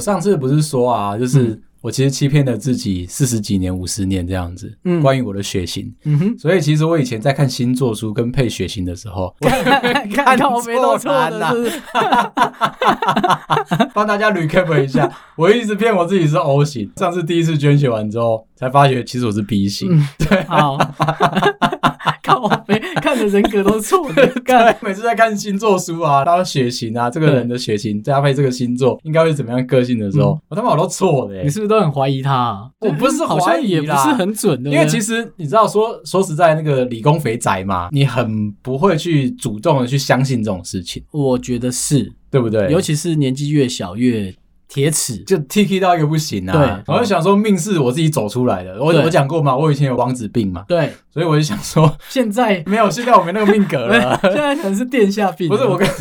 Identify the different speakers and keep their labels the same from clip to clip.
Speaker 1: 上次不是说啊，就是
Speaker 2: 嗯
Speaker 1: 我其实欺骗了自己四十几年、五十年这样子，
Speaker 2: 嗯
Speaker 1: 关于我的血型。
Speaker 2: 嗯哼，
Speaker 1: 所以其实我以前在看星座书跟配血型的时 候，我
Speaker 2: 看到没弄错
Speaker 1: 看错
Speaker 2: 的
Speaker 1: 啦
Speaker 2: 是不是，
Speaker 1: 帮大家 recap 一下，我一直骗我自己是 O 型，上次第一次捐血完之后才发觉其实我是 B 型。
Speaker 2: 嗯 好， 看我没 看的人格都是错的，看
Speaker 1: 每次在看星座书啊，然后血型啊，这个人的血型搭配这个星座应该会怎么样个性的时候，我他妈我都错的欸、
Speaker 2: 嗯你是不是都很怀疑他啊？
Speaker 1: 我不是
Speaker 2: 好像
Speaker 1: 怀疑
Speaker 2: 也不是
Speaker 1: 啦
Speaker 2: 很准的，
Speaker 1: 因为其
Speaker 2: 实
Speaker 1: 实你知道说说实在，那个理工肥宅嘛，你很不会去主动的去相信这种事情，
Speaker 2: 我觉得是，
Speaker 1: 对不对？
Speaker 2: 尤其是年纪越小越铁齿，
Speaker 1: 就 T K 到一个不行啊！
Speaker 2: 对
Speaker 1: 我就想说命是我自己走出来的，我
Speaker 2: 对
Speaker 1: 我讲过嘛，我以前有王子病嘛，
Speaker 2: 对，
Speaker 1: 所以我就想说，
Speaker 2: 现在
Speaker 1: 没有，现在我没那个命格 了。
Speaker 2: 现在可能是殿下病，
Speaker 1: 啊不是我跟，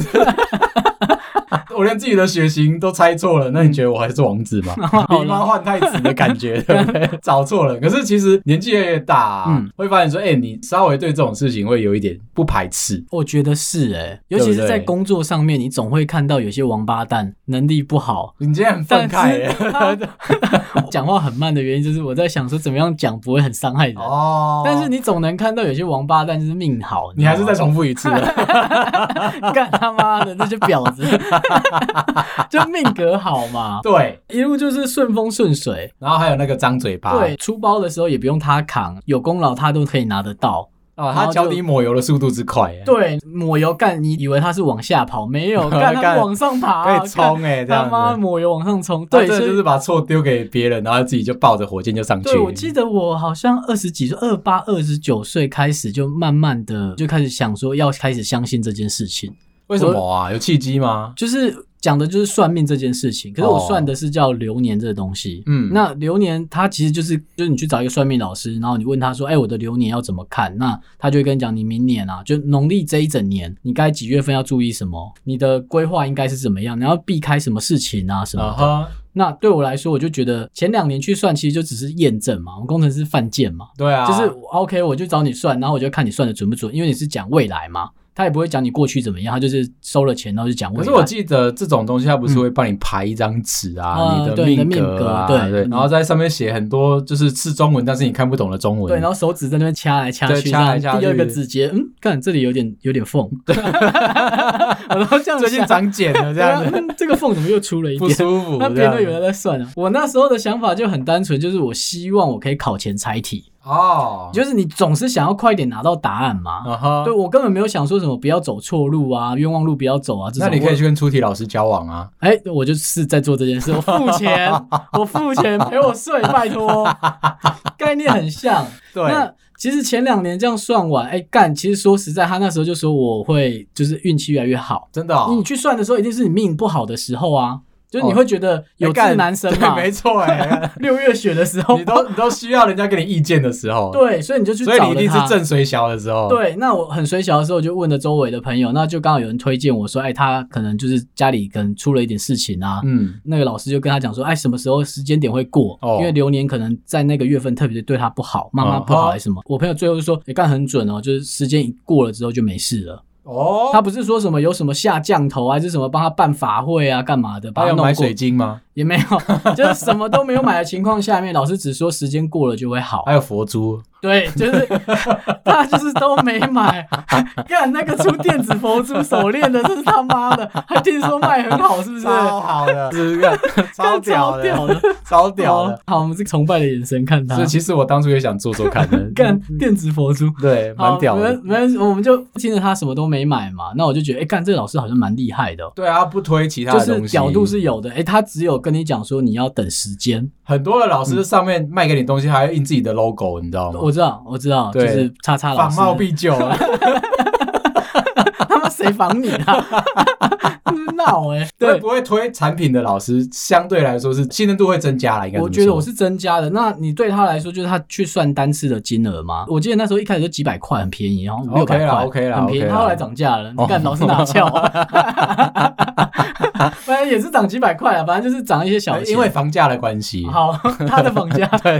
Speaker 1: 我连自己的血型都猜错了，那你觉得我还是王子吗？
Speaker 2: 嗯
Speaker 1: 狸
Speaker 2: 好
Speaker 1: 猫换太子的感觉，对 不对？找错了。可是其实年纪越来越大、啊，
Speaker 2: 嗯
Speaker 1: 会发现说，哎、你稍微对这种事情会有一点不排斥。
Speaker 2: 我觉得是哎、尤其
Speaker 1: 对
Speaker 2: 是
Speaker 1: 不对
Speaker 2: 在工作上面，你总会看到有些王八蛋能力不好，
Speaker 1: 你今天很愤
Speaker 2: 但
Speaker 1: 慨
Speaker 2: 是
Speaker 1: 耶、
Speaker 2: 他 讲话很慢的原因，就是我在想说怎么样讲不会很伤害人。
Speaker 1: 哦，
Speaker 2: 但是你总能看到有些王八蛋就是命好，
Speaker 1: 你还是再
Speaker 2: 在
Speaker 1: 重复一 次了。
Speaker 2: 干他妈的那些婊 子，就命格好嘛，
Speaker 1: 对，
Speaker 2: 一路就是顺风顺水。
Speaker 1: 然后还有那个张嘴巴，
Speaker 2: 对，，出包的时候也不用他扛，有功劳他都可以拿得到。
Speaker 1: 哦，
Speaker 2: 然
Speaker 1: 他
Speaker 2: 后就
Speaker 1: 脚底抹油的速度之快、欸，，
Speaker 2: 对，抹油干，你以为他是往下跑，没 有，干他
Speaker 1: 干
Speaker 2: 往上爬，
Speaker 1: 可以冲哎、这
Speaker 2: 啊他
Speaker 1: 样
Speaker 2: 妈
Speaker 1: 子。
Speaker 2: 抹油往上冲，
Speaker 1: 他
Speaker 2: 对，
Speaker 1: 真的
Speaker 2: 所以
Speaker 1: 就是把错丢给别人，然后自己就抱着火箭就上去。
Speaker 2: 对，我记得我好像二十几岁，二八、二十九岁开始就慢慢的就开始想说要开始相信这件事情，
Speaker 1: 为什么啊？有契机吗？
Speaker 2: 就是讲的就是算命这件事情。可是我
Speaker 1: 哦
Speaker 2: 算的是叫流年这个东西。
Speaker 1: 嗯
Speaker 2: 那流年它其实就是就是你去找一个算命老师，然后你问他说，哎、我的流年要怎么看？那他就会跟你讲，你明年啊，就农历这一整年，你该几月份要注意什么，你的规划应该是怎么样，你要避开什么事情啊什么的。
Speaker 1: 啊哈，
Speaker 2: 那对我来说，我就觉得前两年去算，其实就只是验证嘛，我们工程师犯贱嘛。
Speaker 1: 对啊，
Speaker 2: 就是我 OK，我就找你算，然后我就看你算的准不准，因为你是讲未来嘛，他也不会讲你过去怎么样，他就是收了钱然后就讲
Speaker 1: 可
Speaker 2: 未来。
Speaker 1: 是我记得这种东西，它不是会帮你排一张纸啊，
Speaker 2: 嗯
Speaker 1: 你
Speaker 2: 对
Speaker 1: 的
Speaker 2: 你的命
Speaker 1: 格啊，
Speaker 2: 格对
Speaker 1: 对，
Speaker 2: 嗯
Speaker 1: 然后在上面写很多就是是中文，但是你看不懂的中文。
Speaker 2: 对，然后手指在那边掐来掐
Speaker 1: 对
Speaker 2: 去，
Speaker 1: 掐来掐去
Speaker 2: 第二个指节，嗯，看这里有点 有点缝，然后这样
Speaker 1: 最近
Speaker 2: 想
Speaker 1: 长茧了，这 样
Speaker 2: 对
Speaker 1: 子
Speaker 2: 啊嗯这个缝怎么又出了一
Speaker 1: 不
Speaker 2: 点？
Speaker 1: 舒服。
Speaker 2: 那
Speaker 1: 这
Speaker 2: 别
Speaker 1: 样
Speaker 2: 人都有人在算啊。我那时候的想法就很单纯，就是我希望我可以考前猜题，
Speaker 1: 哦，
Speaker 2: 就是你总是想要快点拿到答案嘛。
Speaker 1: 啊哈
Speaker 2: 对，我根本没有想说什么不要走错路啊，冤枉路不要走啊。这种
Speaker 1: 那你可
Speaker 2: 我
Speaker 1: 以去跟出题老师交往啊。
Speaker 2: 哎、我就是在做这件事，我付 钱，我付钱陪我睡，拜托，概念很像。
Speaker 1: 对
Speaker 2: 那其实前两年这样算完，哎、干，其实说实在，他那时候就说我会就是运气越来越好。
Speaker 1: 真的哦，
Speaker 2: 你去算的时候，一定是你命不好的时候啊，就是你
Speaker 1: 哦
Speaker 2: 会觉得有
Speaker 1: 哎
Speaker 2: 志
Speaker 1: 干
Speaker 2: 难伸
Speaker 1: 对
Speaker 2: 嘛。
Speaker 1: 没错 哎，
Speaker 2: 六月雪的 时候
Speaker 1: 你，都你都需要人家给你意见的时候，，
Speaker 2: 对，所以你就去找
Speaker 1: 所
Speaker 2: 了
Speaker 1: 以
Speaker 2: 他。
Speaker 1: 你一定是正水小的时候。，
Speaker 2: 对，那我很水小的时候，我就问了周围的朋友，那就刚好有人推荐我说，哎，他可能就是家里可能出了一点事情啊。
Speaker 1: 嗯，
Speaker 2: 那个老师就跟他讲说，哎，什么时候时间点会过？
Speaker 1: 哦
Speaker 2: 因为流年可能在那个月份特别对他不好，妈妈不
Speaker 1: 嗯
Speaker 2: 好
Speaker 1: 哼
Speaker 2: 还是什么。我朋友最后就说，你、干很准哦，就是时间一过了之后就没事了。
Speaker 1: 哦，
Speaker 2: 他不是说什么有什么下降头啊，还是什么帮他办法会啊，干嘛的，把
Speaker 1: 他
Speaker 2: 他
Speaker 1: 有
Speaker 2: 弄
Speaker 1: 买
Speaker 2: 过
Speaker 1: 水晶吗？
Speaker 2: 也没有， 就是什么都没有买的情况下面，老师只说时间过了就会好。
Speaker 1: 还有佛珠，
Speaker 2: 对，就是 他就是都没买，看那个出电子佛珠手链的，这是他妈的，还听说卖很好，是不是？
Speaker 1: 好的， 是不是？超
Speaker 2: 干
Speaker 1: 屌
Speaker 2: 超
Speaker 1: 的，
Speaker 2: 屌的，
Speaker 1: 超屌的。
Speaker 2: 哦好，我们是崇拜的眼神看他，
Speaker 1: 所以，其实我当初也想做做看的
Speaker 2: 干电子佛珠，
Speaker 1: 对，嗯蛮屌
Speaker 2: 好
Speaker 1: 的。
Speaker 2: 没没，我们就听着他什么都没买嘛，那我就觉得，哎、干这个老师好像蛮厉害的哦。
Speaker 1: 对啊，不推其他
Speaker 2: 就
Speaker 1: 的
Speaker 2: 是
Speaker 1: 东西，
Speaker 2: 角度是有的，哎、他只有跟你讲说你要等时间，
Speaker 1: 很多的老师上面卖给你东西，还要印自己的 logo，你知道吗？
Speaker 2: 嗯我知道，我知道，就
Speaker 1: 嗯对
Speaker 2: 是叉叉老
Speaker 1: 仿
Speaker 2: 师，
Speaker 1: 冒必啊究，
Speaker 2: 他妈谁防你啊？ 闹哎、欸，
Speaker 1: 对，
Speaker 2: 对，
Speaker 1: 不会推产品的老师，相对来说是信任度会增加了。应该这么
Speaker 2: 我觉得
Speaker 1: 说
Speaker 2: 我是增加的。那你对他来说，就是他去算单次的金额吗？我记得那时候一开始就几百块，很便宜，然后六
Speaker 1: OK
Speaker 2: 百
Speaker 1: 啦
Speaker 2: 块
Speaker 1: OK 啦
Speaker 2: 很便宜。
Speaker 1: OK 啦
Speaker 2: 他后来涨价了，
Speaker 1: 哦
Speaker 2: 干老是拿翘，啊 反正也是涨几百块啊，反正就是涨一些小
Speaker 1: 呃
Speaker 2: 钱。
Speaker 1: 因为嗯房价的关系，
Speaker 2: 好，他的房 价
Speaker 1: 啊对，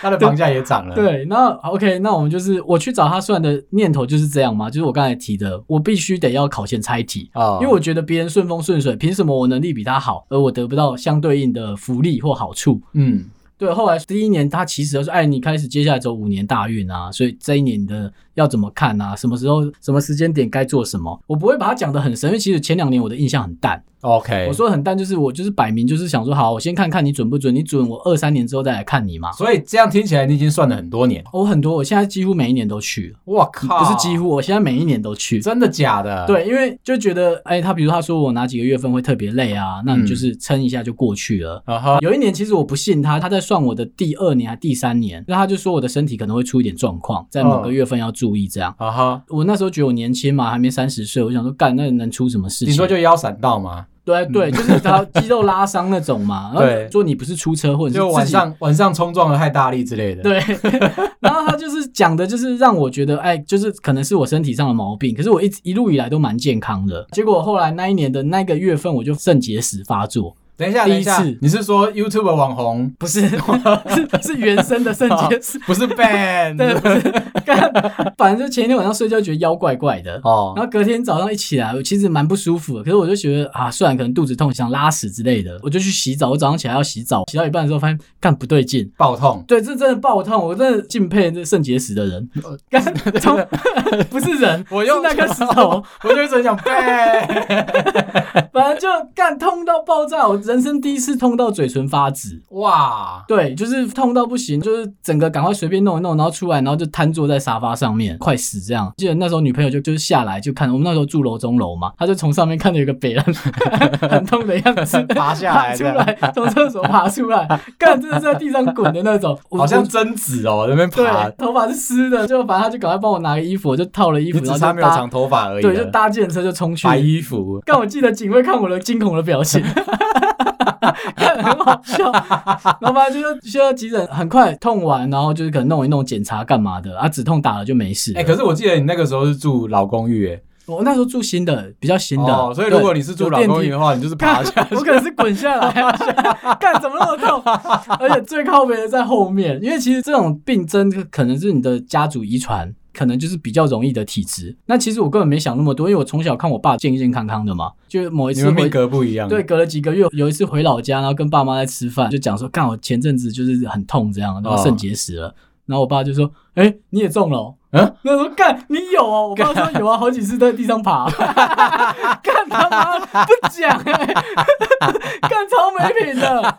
Speaker 1: 它的房价也涨了。，
Speaker 2: 对，那 OK，那我们就是我去找他算的念头就是这样嘛，就是我刚才提的，我必须得要考前猜题。
Speaker 1: 啊，
Speaker 2: 因为我觉得别人顺风风顺水，凭什么我能力比他好，而我得不到相对应的福利或好处？
Speaker 1: 嗯，
Speaker 2: 对，后来第一年他其实就是，哎，你开始接下来走五年大运啊，所以这一年你的要怎么看啊？什么时候、什么时间点该做什么？我不会把它讲得很深，因为其实前两年我的印象很淡。
Speaker 1: OK，
Speaker 2: 我说很淡，就是我就是摆明就是想说，好，我先看看你准不准，你准我二三年之后再来看你嘛。
Speaker 1: 所以这样听起来你已经算了很多年，
Speaker 2: 我很多，我现在几乎每一年都去了，
Speaker 1: 我靠，
Speaker 2: 不是几乎，我现在每一年都去。
Speaker 1: 真的假的？，
Speaker 2: 对，因为就觉得，哎、他比如他说我哪几个月份会特别累啊，那你就是撑一下就过去了。
Speaker 1: 嗯啊哈，
Speaker 2: 有一年，其实我不信他，他在算我的第二年还第三年，那他就说我的身体可能会出一点状况，
Speaker 1: 哦
Speaker 2: 在某个月份要注意这样。
Speaker 1: 啊哈，
Speaker 2: 我那时候觉得我年轻嘛，还没三十岁，我想说干那能出什么事情？
Speaker 1: 你说就腰闪到吗？
Speaker 2: 对对，就是他肌肉拉伤那种嘛。然
Speaker 1: 对
Speaker 2: 后说你不是出车祸，你是
Speaker 1: 就晚
Speaker 2: 自己
Speaker 1: 上晚上冲撞的太大力之类的。，
Speaker 2: 对，然后他就是讲的，就是让我觉得，哎，就是可能是我身体上的毛病，可是我一直一路以来都蛮健康的。结果后来那一年的那个月份，我就肾结石发作，
Speaker 1: 等一下，
Speaker 2: 第一
Speaker 1: 等一下
Speaker 2: 次，
Speaker 1: 你是说 YouTube 网红，
Speaker 2: 不 是是是原生的肾结石
Speaker 1: 不是 ban？
Speaker 2: 对，不是干，反正就前一天晚上睡觉觉得腰怪怪的。然
Speaker 1: 哦，
Speaker 2: 后隔天早上一起来，我其实蛮不舒服的，可是我就觉得啊，算了，可能肚子痛，想拉屎之类的，我就去洗澡。我早上起来要洗澡，洗到一半的时候发现干不对劲，
Speaker 1: 爆痛，
Speaker 2: 对，这真的爆痛，我真的敬佩这肾结石的人， 干从 不是人，
Speaker 1: 呃我用
Speaker 2: 是那个石头，
Speaker 1: 我就一直很想 ban。
Speaker 2: 反正就干痛到爆炸，我人生第一次痛到嘴唇发紫。
Speaker 1: 哇，
Speaker 2: 对，就是痛到不行，就是整个赶快随便弄一弄，然后出来，然后就瘫坐在沙发上面，快死这样。记得那时候女朋友就就是下来就看，我们那时候住楼中楼嘛，她就从上面看到有个北人很痛的样子，
Speaker 1: 爬下来
Speaker 2: 爬出来，从厕所爬出来，干真的是在地上滚的那种，我
Speaker 1: 好像
Speaker 2: 我
Speaker 1: 贞子哦，在那边爬
Speaker 2: 对，，头发是湿的，就反正她就赶快帮我拿个衣服，我就套了衣服，
Speaker 1: 你
Speaker 2: 然后
Speaker 1: 只
Speaker 2: 就
Speaker 1: 差没有
Speaker 2: 搭
Speaker 1: 长头发而已了。啊
Speaker 2: 对，就搭计程车就冲去。
Speaker 1: 白衣服，
Speaker 2: 但我记得警卫看我的惊恐的表情，看很好 笑。然后反正就是需要急诊，很快痛完，然后就是可能弄一弄检查干嘛的啊，止痛打了就没事了。
Speaker 1: 哎、可是我记得你那个时候是住老公寓，哎，
Speaker 2: 我那时候住新的，比较 新的，
Speaker 1: 哦，所以如果
Speaker 2: 对
Speaker 1: 你是住老公寓，的话，你就是爬
Speaker 2: 有电
Speaker 1: 下
Speaker 2: 梯我可能是滚下来、啊 干怎么那么痛？而且最靠北的在后面，因为其实这种病症可能是你的家族遗传。可能就是比较容易的体质。那其实我根本没想那么多，因为我从小看我爸健健康康的嘛。就某一
Speaker 1: 你
Speaker 2: 次
Speaker 1: 们
Speaker 2: 回
Speaker 1: 命格不一样。
Speaker 2: 对，，隔了几个月，有一次回老家，然后跟爸妈在吃饭，就讲说，干我前阵子就是很痛这样，然
Speaker 1: 哦
Speaker 2: 后肾结石了。然后我爸就说：“哎、你也中了、哦？”
Speaker 1: 嗯，
Speaker 2: 那我说：“干，你有哦。”我爸说：“有啊，好几次都在地上爬。” 干他妈不讲哎、干超没品的。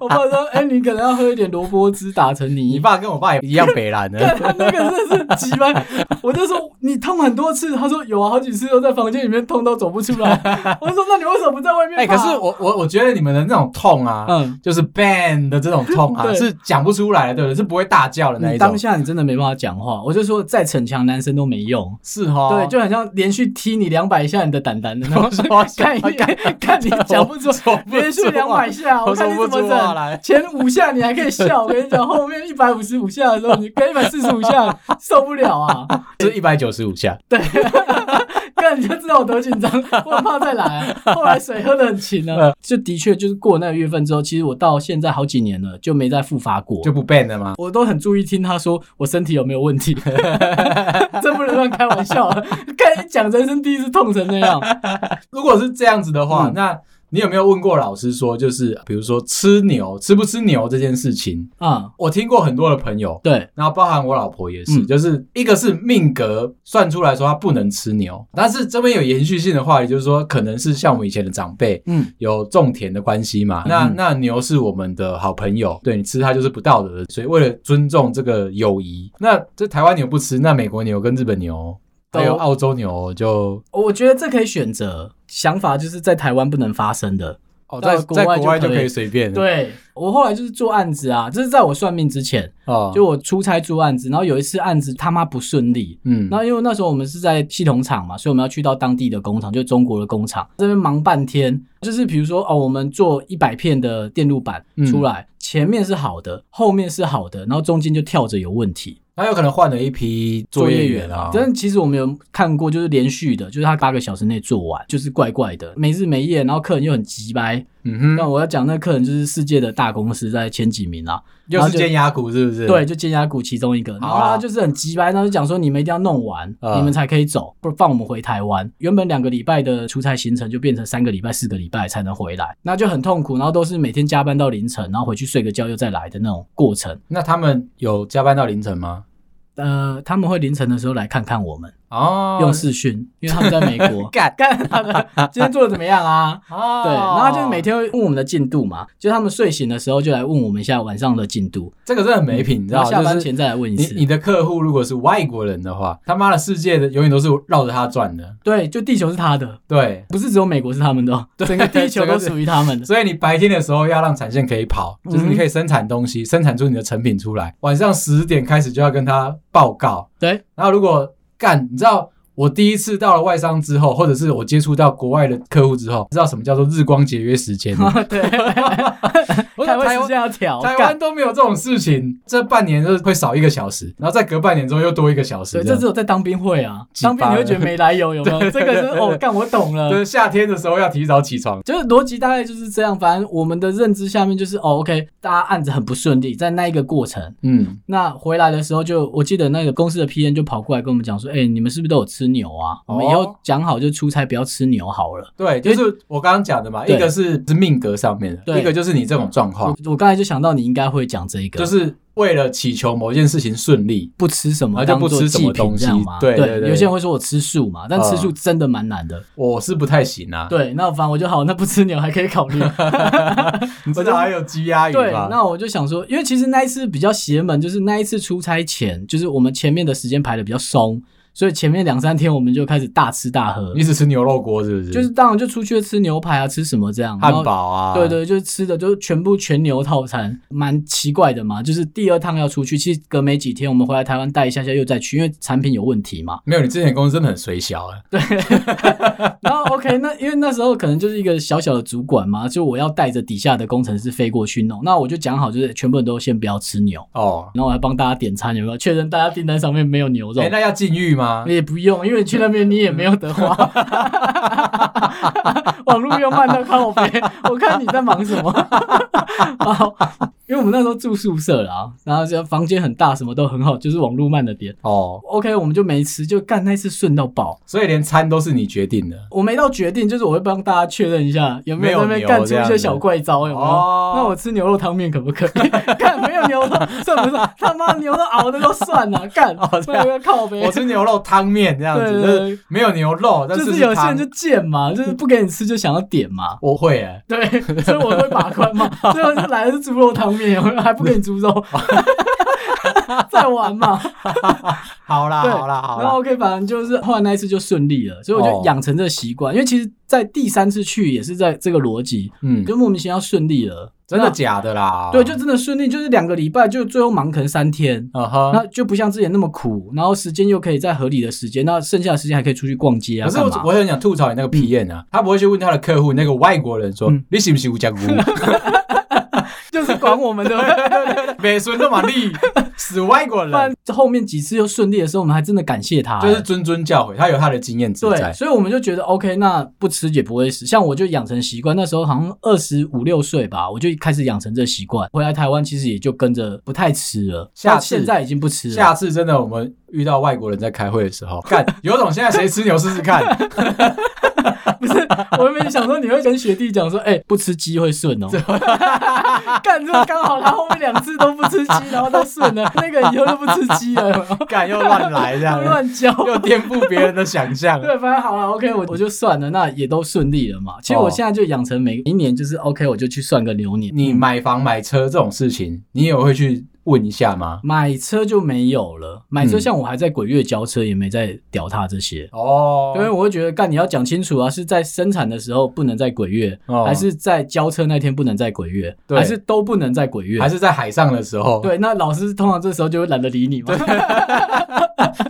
Speaker 2: 我爸说：“哎、你可能要喝一点萝卜汁打成泥。”
Speaker 1: 你爸跟我爸也一样北蓝 的，
Speaker 2: 但他那个真的是急掰，我就说你痛很多次，他说有啊，好几次都在房间里面痛到走不出来。我就说那你为什么不在外面
Speaker 1: 哎、
Speaker 2: 爬？
Speaker 1: 可是我我我觉得你们的那种痛啊，
Speaker 2: 嗯，
Speaker 1: 就是 ban 的这种痛啊，
Speaker 2: 对
Speaker 1: 是讲不出来的，对不对？是不会大叫的那
Speaker 2: 你
Speaker 1: 一种
Speaker 2: 当。下你真的没办法讲话，我就说再逞强男生都没用。
Speaker 1: 是哦哈，
Speaker 2: 对， 就很像连续踢你两百下你的胆胆的那
Speaker 1: 我
Speaker 2: 种。
Speaker 1: 说
Speaker 2: 看你 看你讲不出，
Speaker 1: 说不
Speaker 2: 连续
Speaker 1: 出
Speaker 2: 两
Speaker 1: 话
Speaker 2: 百下，
Speaker 1: 我
Speaker 2: 我看
Speaker 1: 说
Speaker 2: 你
Speaker 1: 不
Speaker 2: 怎么
Speaker 1: 出话
Speaker 2: 整。
Speaker 1: 来。
Speaker 2: 前五下你还可以笑，我跟你讲，后面一百五十五下的时候，你跟一百四十五下受不了啊！
Speaker 1: 是一百九十五下，
Speaker 2: 干你就知道我多紧张，我很怕再来啊、后来水喝的很勤
Speaker 1: 嗯
Speaker 2: 啊，就的确就是过那个月份之后，其实我到现在好几年了，就没再复发过。
Speaker 1: 就不 ban 了吗？
Speaker 2: 我都很注意听他说我身体有没有问 题，真不能乱开玩笑啊！干讲人生第一次痛成那样，
Speaker 1: 如果是这样子的话，
Speaker 2: 嗯
Speaker 1: 那你有没有问过老师说，就是比如说吃牛吃不吃牛这件事情，
Speaker 2: 啊、
Speaker 1: 我听过很多的朋友，
Speaker 2: 对，
Speaker 1: 然后包含我老婆也是，
Speaker 2: 嗯
Speaker 1: 就是一个是命格算出来说她不能吃牛，但是这边有延续性的话，也就是说可能是像我们以前的长辈。
Speaker 2: 嗯，
Speaker 1: 有种田的关系嘛？那
Speaker 2: 嗯
Speaker 1: 那牛是我们的好朋友，对你吃它就是不道德的，所以为了尊重这个友谊，那这台湾牛不吃，那美国牛跟日本牛还有
Speaker 2: 都
Speaker 1: 澳洲牛就
Speaker 2: 我觉得这可以选择想法，就是在台湾不能发生的。
Speaker 1: 哦，
Speaker 2: 到
Speaker 1: 在
Speaker 2: 了国
Speaker 1: 在
Speaker 2: 外
Speaker 1: 国
Speaker 2: 就
Speaker 1: 外就
Speaker 2: 可
Speaker 1: 可以
Speaker 2: 以
Speaker 1: 随便
Speaker 2: 对我后来就是做案子啊，这是在我算命之前，
Speaker 1: 哦，
Speaker 2: 就我出差做案子，然后有一次案子他妈不顺利，
Speaker 1: 嗯，
Speaker 2: 那因为那时候我们是在系统厂嘛，所以我们要去到当地的工厂，就是中国的工厂，这边忙半天。就是比如说哦，我们做一百片的电路板
Speaker 1: 嗯
Speaker 2: 出来，前面是好的，后面是好的，然后中间就跳着有问题。
Speaker 1: 他有可能换了一批作业员啊，
Speaker 2: 但是其实我们有看过，就是连续的，就是他八个小时内做完，就是怪怪的，没日没夜，然后客人又很急掰。
Speaker 1: 嗯
Speaker 2: 那
Speaker 1: 哼，
Speaker 2: 我要讲那客人就是世界的大公司在前几名啊啦，
Speaker 1: 又是尖牙股是不是？
Speaker 2: 对，，就尖牙股其中一个，然后
Speaker 1: 好
Speaker 2: 他
Speaker 1: 啊
Speaker 2: 就是很急白，他就讲说你们一定要弄完，
Speaker 1: 嗯
Speaker 2: 你们才可以走，不放我们回台湾。原本两个礼拜的出差行程就变成三个礼拜、四个礼拜才能回来，那就很痛苦，然后都是每天加班到凌晨，然后回去睡个觉又再来的那种过程。
Speaker 1: 那他们有加班到凌晨吗？
Speaker 2: 呃，他们会凌晨的时候来看看我们，
Speaker 1: 哦，。
Speaker 2: 用视讯，因为他们在美 国
Speaker 1: 干
Speaker 2: 干他们今天做的怎么样 啊？
Speaker 1: 哦，
Speaker 2: 对，然后他就是每天会问我们的进度嘛，就是他们睡醒的时候就来问我们一下晚上的进度，
Speaker 1: 这个真的很没品，你知
Speaker 2: 然
Speaker 1: 道
Speaker 2: 后
Speaker 1: 吗？
Speaker 2: 下班
Speaker 1: 就是
Speaker 2: 前再来问一
Speaker 1: 你
Speaker 2: 次。
Speaker 1: 你的客户如果是外国人的话，他妈的世界的永远都是绕着他转的。
Speaker 2: 对，就地球是他的，
Speaker 1: 对，
Speaker 2: 不是只有美国是他们的哦，整个地球都属于他们的。
Speaker 1: 所以你白天的时候要让产线可以跑，
Speaker 2: 嗯
Speaker 1: 就是你可以生产东西，生产出你的成品出来。晚上十点开始就要跟他报告。
Speaker 2: 对，
Speaker 1: 然后如果干，你知道我第一次到了外商之后，或者是我接触到国外的客户之后，知道什么叫做日光节约时 间。
Speaker 2: 对，
Speaker 1: 我
Speaker 2: 台
Speaker 1: 想
Speaker 2: 湾
Speaker 1: 台
Speaker 2: 时
Speaker 1: 湾
Speaker 2: 间要调，
Speaker 1: 台
Speaker 2: 干
Speaker 1: 湾都没有这种事情，这半年就是会少一个小时，然后再隔半年之后又多一个小时
Speaker 2: 对，
Speaker 1: 样。
Speaker 2: 这只有在当兵会啊，
Speaker 1: 鸡巴
Speaker 2: 当兵你会觉得没来由，有没有？这个是
Speaker 1: 对对
Speaker 2: 哦，干我懂了
Speaker 1: 就。是夏天的时候要提早起床。
Speaker 2: 就是逻辑大概就是这样，反正我们的认知下面就是哦，OK，大家案子很不顺利，在那一个过程，
Speaker 1: 嗯，
Speaker 2: 那回来的时候就我记得那个公司的 PM 就跑过来跟我们讲说，哎、你们是不是都有吃牛啊？我们以
Speaker 1: 哦
Speaker 2: 后讲好就出差不要吃牛好了。
Speaker 1: 对，就是我刚刚讲的嘛，
Speaker 2: 对
Speaker 1: 一个是是命格上面的，
Speaker 2: 对嗯
Speaker 1: 一个就是你这种状况，
Speaker 2: 我我刚才就想到你应该会讲这个，
Speaker 1: 就是为了祈求某件事情顺利。
Speaker 2: 不吃什么
Speaker 1: 然后
Speaker 2: 当
Speaker 1: 啊就不
Speaker 2: 做
Speaker 1: 吃什么
Speaker 2: 祭品
Speaker 1: 东西
Speaker 2: 这样嘛。
Speaker 1: 对对对啊
Speaker 2: 有些人会说我吃素嘛，但吃素真的蛮难的。
Speaker 1: 我是不太行啊，
Speaker 2: 对，那反正我就好，那不吃牛还可以考 虑。
Speaker 1: 你知道还有鸡鸭鱼
Speaker 2: 对，
Speaker 1: 吧？
Speaker 2: 那我就想说，因为其实那一次比较邪门，就是那一次出差前，就是我们前面的时间排的比较松，所以前面两三天我们就开始大吃大喝
Speaker 1: 你，只吃牛肉锅是不是？
Speaker 2: 就是当然就出去吃牛排啊，吃什么这样，然
Speaker 1: 汉
Speaker 2: 后
Speaker 1: 堡啊，
Speaker 2: 对，对，就是吃的就是全部全牛套餐，蛮奇怪的嘛。就是第二趟要出去，其实隔没几天，我们回来台湾带一下下又再去，因为产品有问题嘛。
Speaker 1: 没有，你之前公司真的很水小啊。
Speaker 2: 然后 OK，那因为那时候可能就是一个小小的主管嘛，就我要带着底下的工程师飞过去弄，那我就讲好，就是全部人都先不要吃牛，
Speaker 1: 哦，
Speaker 2: 然后我还帮大家点餐，有没有确认大家订单上面没有牛肉
Speaker 1: 哎，？那要禁欲吗？
Speaker 2: 也不用，因为你去那边你也没有得花， 网络又慢到靠背，我看你在忙什么。然后，因为我们那时候住宿舍啦，然后就房间很大，什么都很好，就是网络慢的点。
Speaker 1: 哦，
Speaker 2: OK，我们就没吃，就干那次顺到爆。
Speaker 1: 所以连餐都是你决定的。
Speaker 2: 我没到决定，就是我会帮大家确认一下有没有在那
Speaker 1: 没有
Speaker 2: 边
Speaker 1: 牛
Speaker 2: 干出一
Speaker 1: 这
Speaker 2: 些
Speaker 1: 样
Speaker 2: 小
Speaker 1: 子
Speaker 2: 怪招，有没有？
Speaker 1: 哦
Speaker 2: 那我吃牛肉汤面可不可以？ 干没有牛肉算不算？他妈牛肉熬的都算 了，干
Speaker 1: 哦
Speaker 2: 不
Speaker 1: 这样
Speaker 2: 然要靠背。
Speaker 1: 我吃牛肉汤面这样
Speaker 2: 对
Speaker 1: 子，
Speaker 2: 对
Speaker 1: 就
Speaker 2: 对
Speaker 1: 是没有牛肉，但
Speaker 2: 就是是有些
Speaker 1: 汤
Speaker 2: 人就贱
Speaker 1: 。
Speaker 2: 嘛，就是不给你吃就想要点嘛
Speaker 1: 我会哎，
Speaker 2: 对， 所以我会把关嘛。最后就来的是猪肉汤面，还不给你 猪肉，再玩嘛。
Speaker 1: 好啦
Speaker 2: 对
Speaker 1: 好啦好
Speaker 2: 然
Speaker 1: 啦，
Speaker 2: 后 OK，反正就是后来那一次就顺利了，所以我
Speaker 1: 哦
Speaker 2: 就养成这个习惯。因为其实，在第三次去也是在这个逻辑，
Speaker 1: 嗯，
Speaker 2: 就莫名其妙顺利了。
Speaker 1: 真的
Speaker 2: 那
Speaker 1: 假的啦？
Speaker 2: 对，就真的顺利，就是两个礼拜，就最后忙可能三天。
Speaker 1: 啊哈，
Speaker 2: 那就不像之前那么苦，然后时间又可以在合理的时间，那剩下的时间还可以出去逛街啊。
Speaker 1: 可是我
Speaker 2: 干嘛
Speaker 1: 我很想吐槽你那个 PM 啊，他不会去问他的客户那个外国人说、
Speaker 2: 嗯
Speaker 1: 你是不是无家姑，
Speaker 2: 就是管我们的。
Speaker 1: 美孙那么利，死外国
Speaker 2: 不然
Speaker 1: 人，
Speaker 2: 后面几次又顺利的时候，我们还真的感谢他、欸
Speaker 1: 就是谆谆教诲，他有他的经验之
Speaker 2: 对，
Speaker 1: 在。
Speaker 2: 所以我们就觉得 OK，那不吃也不会死。像我就养成习惯，那时候好像二十五六岁吧，我就开始养成这习惯。回来台湾其实也就跟着不太吃了，
Speaker 1: 下
Speaker 2: 到
Speaker 1: 次
Speaker 2: 现在已经不吃了。
Speaker 1: 下次真的我们遇到外国人在开会的时候， 看有种现在谁吃牛试试看，
Speaker 2: 不是， 我原本想说你会跟学弟讲说，哎、不吃鸡会顺哦。 干，这刚好他后面两次都不吃鸡，然后都顺 了，那个以后就不吃鸡了，有没有
Speaker 1: 敢又乱来这样，
Speaker 2: 乱教。
Speaker 1: 又颠覆别人的想 象。
Speaker 2: 对，反正好了，OK，我我就算了，那也都顺利了嘛。其实我
Speaker 1: 哦
Speaker 2: 现在就养成每一年就是 OK，我就去算个流年。
Speaker 1: 你买房买车这种事情，你也会去问一下吗？
Speaker 2: 买车就没有了，买车
Speaker 1: 嗯
Speaker 2: 像我还在鬼月交车，也没在屌他这些。
Speaker 1: 哦，
Speaker 2: 因为我会觉得，干你要讲清楚啊，是在生产的时候不能在鬼月，
Speaker 1: 哦
Speaker 2: 还是在交车那天不能在鬼月，
Speaker 1: 对
Speaker 2: 还是都不能在鬼月？
Speaker 1: 还是在海上的时候，，
Speaker 2: 对，那老师通常这时候就会懒得理你 嘛。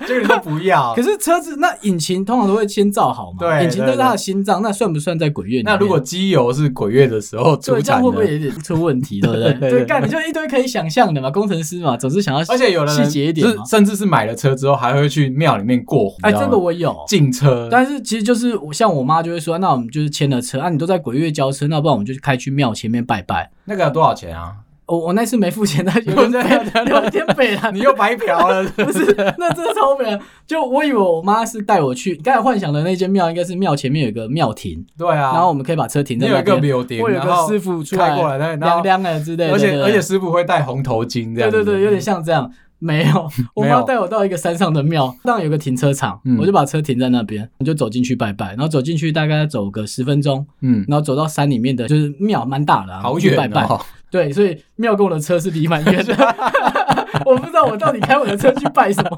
Speaker 1: 这个人说不要
Speaker 2: 可。是车子那引擎通常都会先造好嘛，
Speaker 1: 对
Speaker 2: 引擎都是它的心脏，那算不算在鬼月里面？
Speaker 1: 那如果机油是鬼月的时候出
Speaker 2: 对，这样
Speaker 1: 产
Speaker 2: 会不
Speaker 1: 的
Speaker 2: 会，有点出问题，对不
Speaker 1: 对对
Speaker 2: 对？
Speaker 1: 对
Speaker 2: 对，干你就一堆可以想象的嘛，工程师嘛，总是想要
Speaker 1: 而且有的
Speaker 2: 细
Speaker 1: 人
Speaker 2: 节一点
Speaker 1: 是
Speaker 2: 嘛。
Speaker 1: 甚至是买了车之后还会去庙里面过火，
Speaker 2: 哎，
Speaker 1: 你知
Speaker 2: 这
Speaker 1: 道
Speaker 2: 个
Speaker 1: 吗
Speaker 2: 我有，
Speaker 1: 进车，
Speaker 2: 但是其实就是我像我妈就会说，那我们就是牵了车啊，你都在鬼月交车，那不然我们就开去庙前面拜拜。
Speaker 1: 那个多少钱啊？
Speaker 2: 我、我那次没付钱，但有
Speaker 1: 对
Speaker 2: 点
Speaker 1: 对对
Speaker 2: 北
Speaker 1: 对
Speaker 2: 有点北 了，
Speaker 1: 你又白嫖了，
Speaker 2: 不是，那真的超北蓝。就我以为我妈是带我去，刚才幻想的那间庙应该是庙前面有个庙亭，
Speaker 1: 对啊，
Speaker 2: 然后我们可以把车停
Speaker 1: 你
Speaker 2: 在
Speaker 1: 有
Speaker 2: 那
Speaker 1: 一个
Speaker 2: 边。
Speaker 1: 柳丁，
Speaker 2: 会有
Speaker 1: 然
Speaker 2: 个
Speaker 1: 后
Speaker 2: 师傅出
Speaker 1: 开过来，那然
Speaker 2: 亮
Speaker 1: 后
Speaker 2: 亮的之类的，
Speaker 1: 而
Speaker 2: 对
Speaker 1: 且
Speaker 2: 对
Speaker 1: 而且师傅会戴红头巾这
Speaker 2: 对
Speaker 1: 样
Speaker 2: 对
Speaker 1: 子，
Speaker 2: 对，有点像这样。没有，我
Speaker 1: 没
Speaker 2: 妈
Speaker 1: 有
Speaker 2: 带我到一个山上的庙，那有个停车场，
Speaker 1: 嗯
Speaker 2: 我就把车停在那边，我就走进去拜拜，然后走进去大概走个十分钟，
Speaker 1: 嗯，
Speaker 2: 然后走到山里面的，就是庙蛮大的、啊，
Speaker 1: 好
Speaker 2: 去
Speaker 1: 远
Speaker 2: 拜拜。
Speaker 1: 哦，
Speaker 2: 对，所以庙跟我的车是离蛮远的， 我不知道我到底开我的车去拜什么，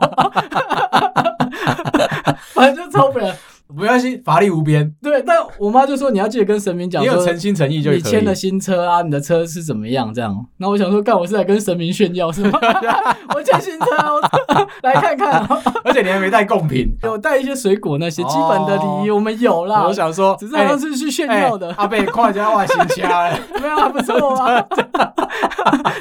Speaker 2: 反正就超远。
Speaker 1: 没关系，法力无边，
Speaker 2: 对，但我妈就说你要记得跟神明讲
Speaker 1: 你有
Speaker 2: 说。
Speaker 1: 诚心诚意就可
Speaker 2: 你
Speaker 1: 以。
Speaker 2: 签了新车啊，你的车是怎么样？这样，那我想说，干我是来跟神明炫耀是吗？ 我签新车啊，我 来看看啊，
Speaker 1: 而且你还没带贡 品。
Speaker 2: 有带一些水果那些基本的礼仪，
Speaker 1: 哦
Speaker 2: 我们有啦
Speaker 1: 我。想说，
Speaker 2: 只是好像是去炫
Speaker 1: 哎
Speaker 2: 耀的，
Speaker 1: 哎阿哎贝跨家外新啊 家了，
Speaker 2: 没有还不错啊，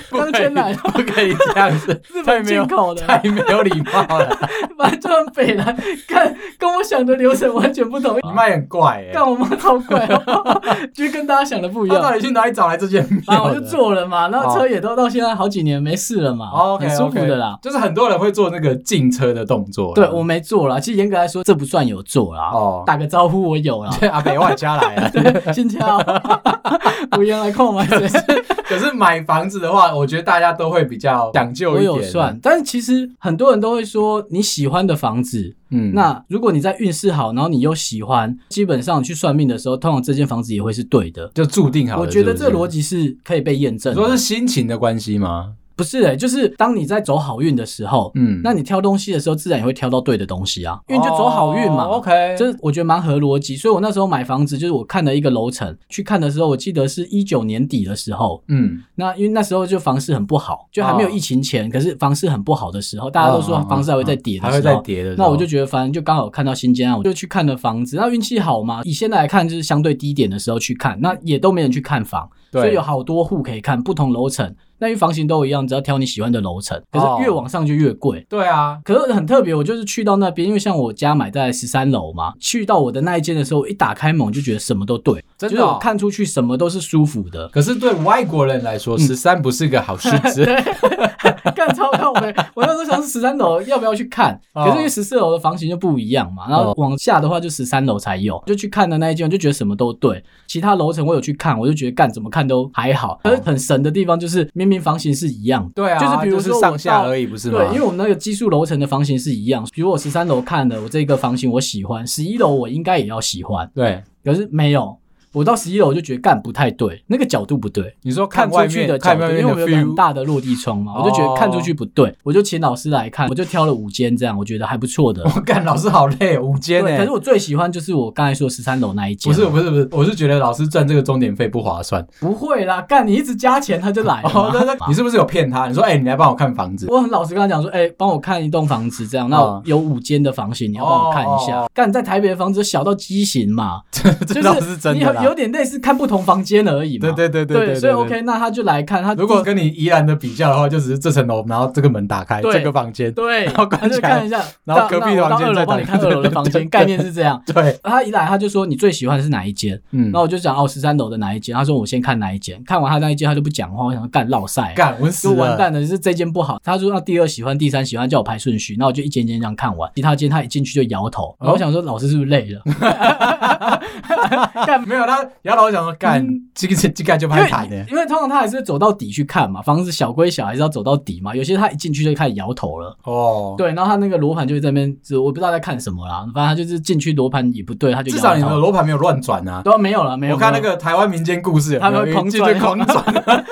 Speaker 1: 不可
Speaker 2: 刚
Speaker 1: 以
Speaker 2: 签来的，
Speaker 1: 不可以这样子，
Speaker 2: 日
Speaker 1: 太
Speaker 2: 本
Speaker 1: 没有
Speaker 2: 进口的，
Speaker 1: 太没有礼貌 了，
Speaker 2: 反正就很北蓝，看跟我想的流程完全不同。
Speaker 1: 你卖很怪哎。
Speaker 2: 干我妈超怪哦， 就跟大家想的不 一
Speaker 1: 他到
Speaker 2: 样。
Speaker 1: 底去哪里找来这件
Speaker 2: 然
Speaker 1: 庙
Speaker 2: 后
Speaker 1: 的？
Speaker 2: 我就坐了 嘛，那车也都到现在好几年没事了嘛，
Speaker 1: 哦，OK，
Speaker 2: 很舒服的啦。
Speaker 1: 就是很多人会做那个进车的动作。
Speaker 2: 对我没做啦，其实严格来说这不算有做啦。
Speaker 1: 哦。
Speaker 2: 打个招呼我有啦
Speaker 1: 阿北外家来啊了。
Speaker 2: 对，新 家哦，我原来购 买谁？
Speaker 1: 可是买房子的话，我觉得大家都会比较讲究
Speaker 2: 我
Speaker 1: 一点。啊
Speaker 2: 有算，，但是其实很多人都会说你喜欢的房子，
Speaker 1: 嗯，
Speaker 2: 那如果你在运势好，然后你又喜欢，基本上去算命的时候，通常这间房子也会是对的。
Speaker 1: 就注定好了。
Speaker 2: 我觉得这
Speaker 1: 是不
Speaker 2: 逻
Speaker 1: 是，
Speaker 2: 辑是可以被验证
Speaker 1: 你
Speaker 2: 的。
Speaker 1: 说是心情的关系吗？
Speaker 2: 不是、欸？就是当你在走好运的时候，
Speaker 1: 嗯，
Speaker 2: 那你挑东西的时候，自然也会挑到对的东西啊，因为你就走好运嘛。
Speaker 1: 哦 OK，
Speaker 2: 这我觉得蛮合逻辑，所以我那时候买房子，就是我看了一个楼层，去看的时候，我记得是一九年底的时候，
Speaker 1: 嗯，
Speaker 2: 那因为那时候就房市很不好，就还没有
Speaker 1: 哦
Speaker 2: 疫情前，可是房市很不好的时候，大家都说
Speaker 1: 嗯嗯
Speaker 2: 房市还会再跌的时候，
Speaker 1: 还会再跌的时候。
Speaker 2: 那我就觉得，反正就刚好看到新建啊案，我就去看了房子。那运气好嘛，以现在来看，就是相对低点的时候去看，那也都没人去看房，
Speaker 1: 对
Speaker 2: 所以有好多户可以看，不同楼层。那因为房型都一样，只要挑你喜欢的楼层。可
Speaker 1: 哦
Speaker 2: 是越往上就越贵。
Speaker 1: 对啊，
Speaker 2: 可是很特别，我就是去到那边，因为像我家买在十三楼嘛，去到我的那一间的时候，我一打开门我就觉得什么都对，
Speaker 1: 真
Speaker 2: 就
Speaker 1: 的
Speaker 2: 是
Speaker 1: 哦
Speaker 2: 我看出去什么都是舒服的
Speaker 1: 。可是对外国人来
Speaker 2: 嗯
Speaker 1: 说，十三不是个好数字。
Speaker 2: 干超靠呗！ 我那时候想十三楼要不要去看，
Speaker 1: 哦
Speaker 2: 可是因为十四楼的房型就不一样嘛，然后往下的话就十三楼才有，就去看的那一间，我就觉得什么都对。其他楼层我有去看，我就觉得干怎么看都还好。而很神的地方就是明明房型是一样的，
Speaker 1: 对 啊，
Speaker 2: 就是比如说我
Speaker 1: 上下
Speaker 2: 到
Speaker 1: 而已，不是吗？
Speaker 2: 对，因为我们那个基数楼层的房型是一样，比如我十三楼看的，我这个房型我喜欢，十一楼我应该也要喜欢，
Speaker 1: 对
Speaker 2: 可是没有，我到十一楼我就觉得干不太对，那个角度不对，
Speaker 1: 你说
Speaker 2: 看
Speaker 1: 看
Speaker 2: 出
Speaker 1: 外
Speaker 2: 去
Speaker 1: 面
Speaker 2: 的角
Speaker 1: 看
Speaker 2: 度，
Speaker 1: 外
Speaker 2: 因
Speaker 1: 面
Speaker 2: 为
Speaker 1: 的
Speaker 2: 我有个很
Speaker 1: view，
Speaker 2: 大的落地窗嘛，我就觉得看出去不对，我就请老师来看，我就挑了五间这样，我觉得还不错的。
Speaker 1: 我 干老师好累，午间
Speaker 2: 对，可
Speaker 1: 呢
Speaker 2: 是。我最喜欢就是我刚才说十三楼那一间，啊
Speaker 1: 不是不是不是，我是觉得老师赚这个钟点费不划算。
Speaker 2: 不会啦，干你一直加钱他就来了嘛、
Speaker 1: 哦，那 那你是不是有骗他？你说，哎，你来帮我看房子。
Speaker 2: 我很老实跟他讲说，哎、帮我看一栋房子，这样，那
Speaker 1: 嗯
Speaker 2: 有五间的房型，你要帮我看一
Speaker 1: 哦
Speaker 2: 下。干在台北的房子小到畸形嘛， 就
Speaker 1: 这倒是真
Speaker 2: 你
Speaker 1: 的
Speaker 2: 有
Speaker 1: 啦。
Speaker 2: 有点类似看不同房间而已嘛。
Speaker 1: 对对对
Speaker 2: 对
Speaker 1: 对对，
Speaker 2: 所
Speaker 1: 对
Speaker 2: 以 OK，那他就来看他。
Speaker 1: 如果跟你宜兰的比较的话，就只是这层楼，然后这个门打开，
Speaker 2: 对
Speaker 1: 这个房间，
Speaker 2: 对，
Speaker 1: 然后关
Speaker 2: 他就
Speaker 1: 起来
Speaker 2: 看一下，
Speaker 1: 然后
Speaker 2: 那
Speaker 1: 隔壁
Speaker 2: 那
Speaker 1: 的房
Speaker 2: 我到
Speaker 1: 间
Speaker 2: 二楼
Speaker 1: 再
Speaker 2: 帮你
Speaker 1: 打
Speaker 2: 看
Speaker 1: 开
Speaker 2: 二楼的房
Speaker 1: 对对
Speaker 2: 间，
Speaker 1: 对
Speaker 2: 概念是这样。
Speaker 1: 对，
Speaker 2: 他一来他就说你最喜欢的是哪一间，
Speaker 1: 嗯
Speaker 2: 然后，我就讲哦十三楼的哪一间，他说我先看哪一间，看完他那一间他就不讲话，我想说干啊落塞，
Speaker 1: 干，我死
Speaker 2: 就
Speaker 1: 了，
Speaker 2: 完蛋了，就是这间不好。他说那第二喜欢，第三喜欢，叫我排顺序，那我就一间间这样看完。其他间他一进去就摇头，
Speaker 1: 哦
Speaker 2: 然后我想说老师是不是累了？
Speaker 1: 没有他，姚老师想说干，这个这个就
Speaker 2: 因
Speaker 1: 拍谈
Speaker 2: 为
Speaker 1: 的，
Speaker 2: 嗯因为通常他还是会走到底去看嘛，房子小归小，还是要走到底嘛。有些他一进去就开始摇头了。
Speaker 1: 哦，
Speaker 2: 对，然后他那个罗盘就在那边，就我不知道在看什么啦，反正他就是进去罗盘也不对，他就
Speaker 1: 至
Speaker 2: 摇
Speaker 1: 少你的
Speaker 2: 头。
Speaker 1: 罗盘没有乱转啊。
Speaker 2: 都没有了，没有。
Speaker 1: 我看那
Speaker 2: 没有
Speaker 1: 个台湾民间故事有没有，
Speaker 2: 他们狂
Speaker 1: 进去
Speaker 2: 转
Speaker 1: 狂 转，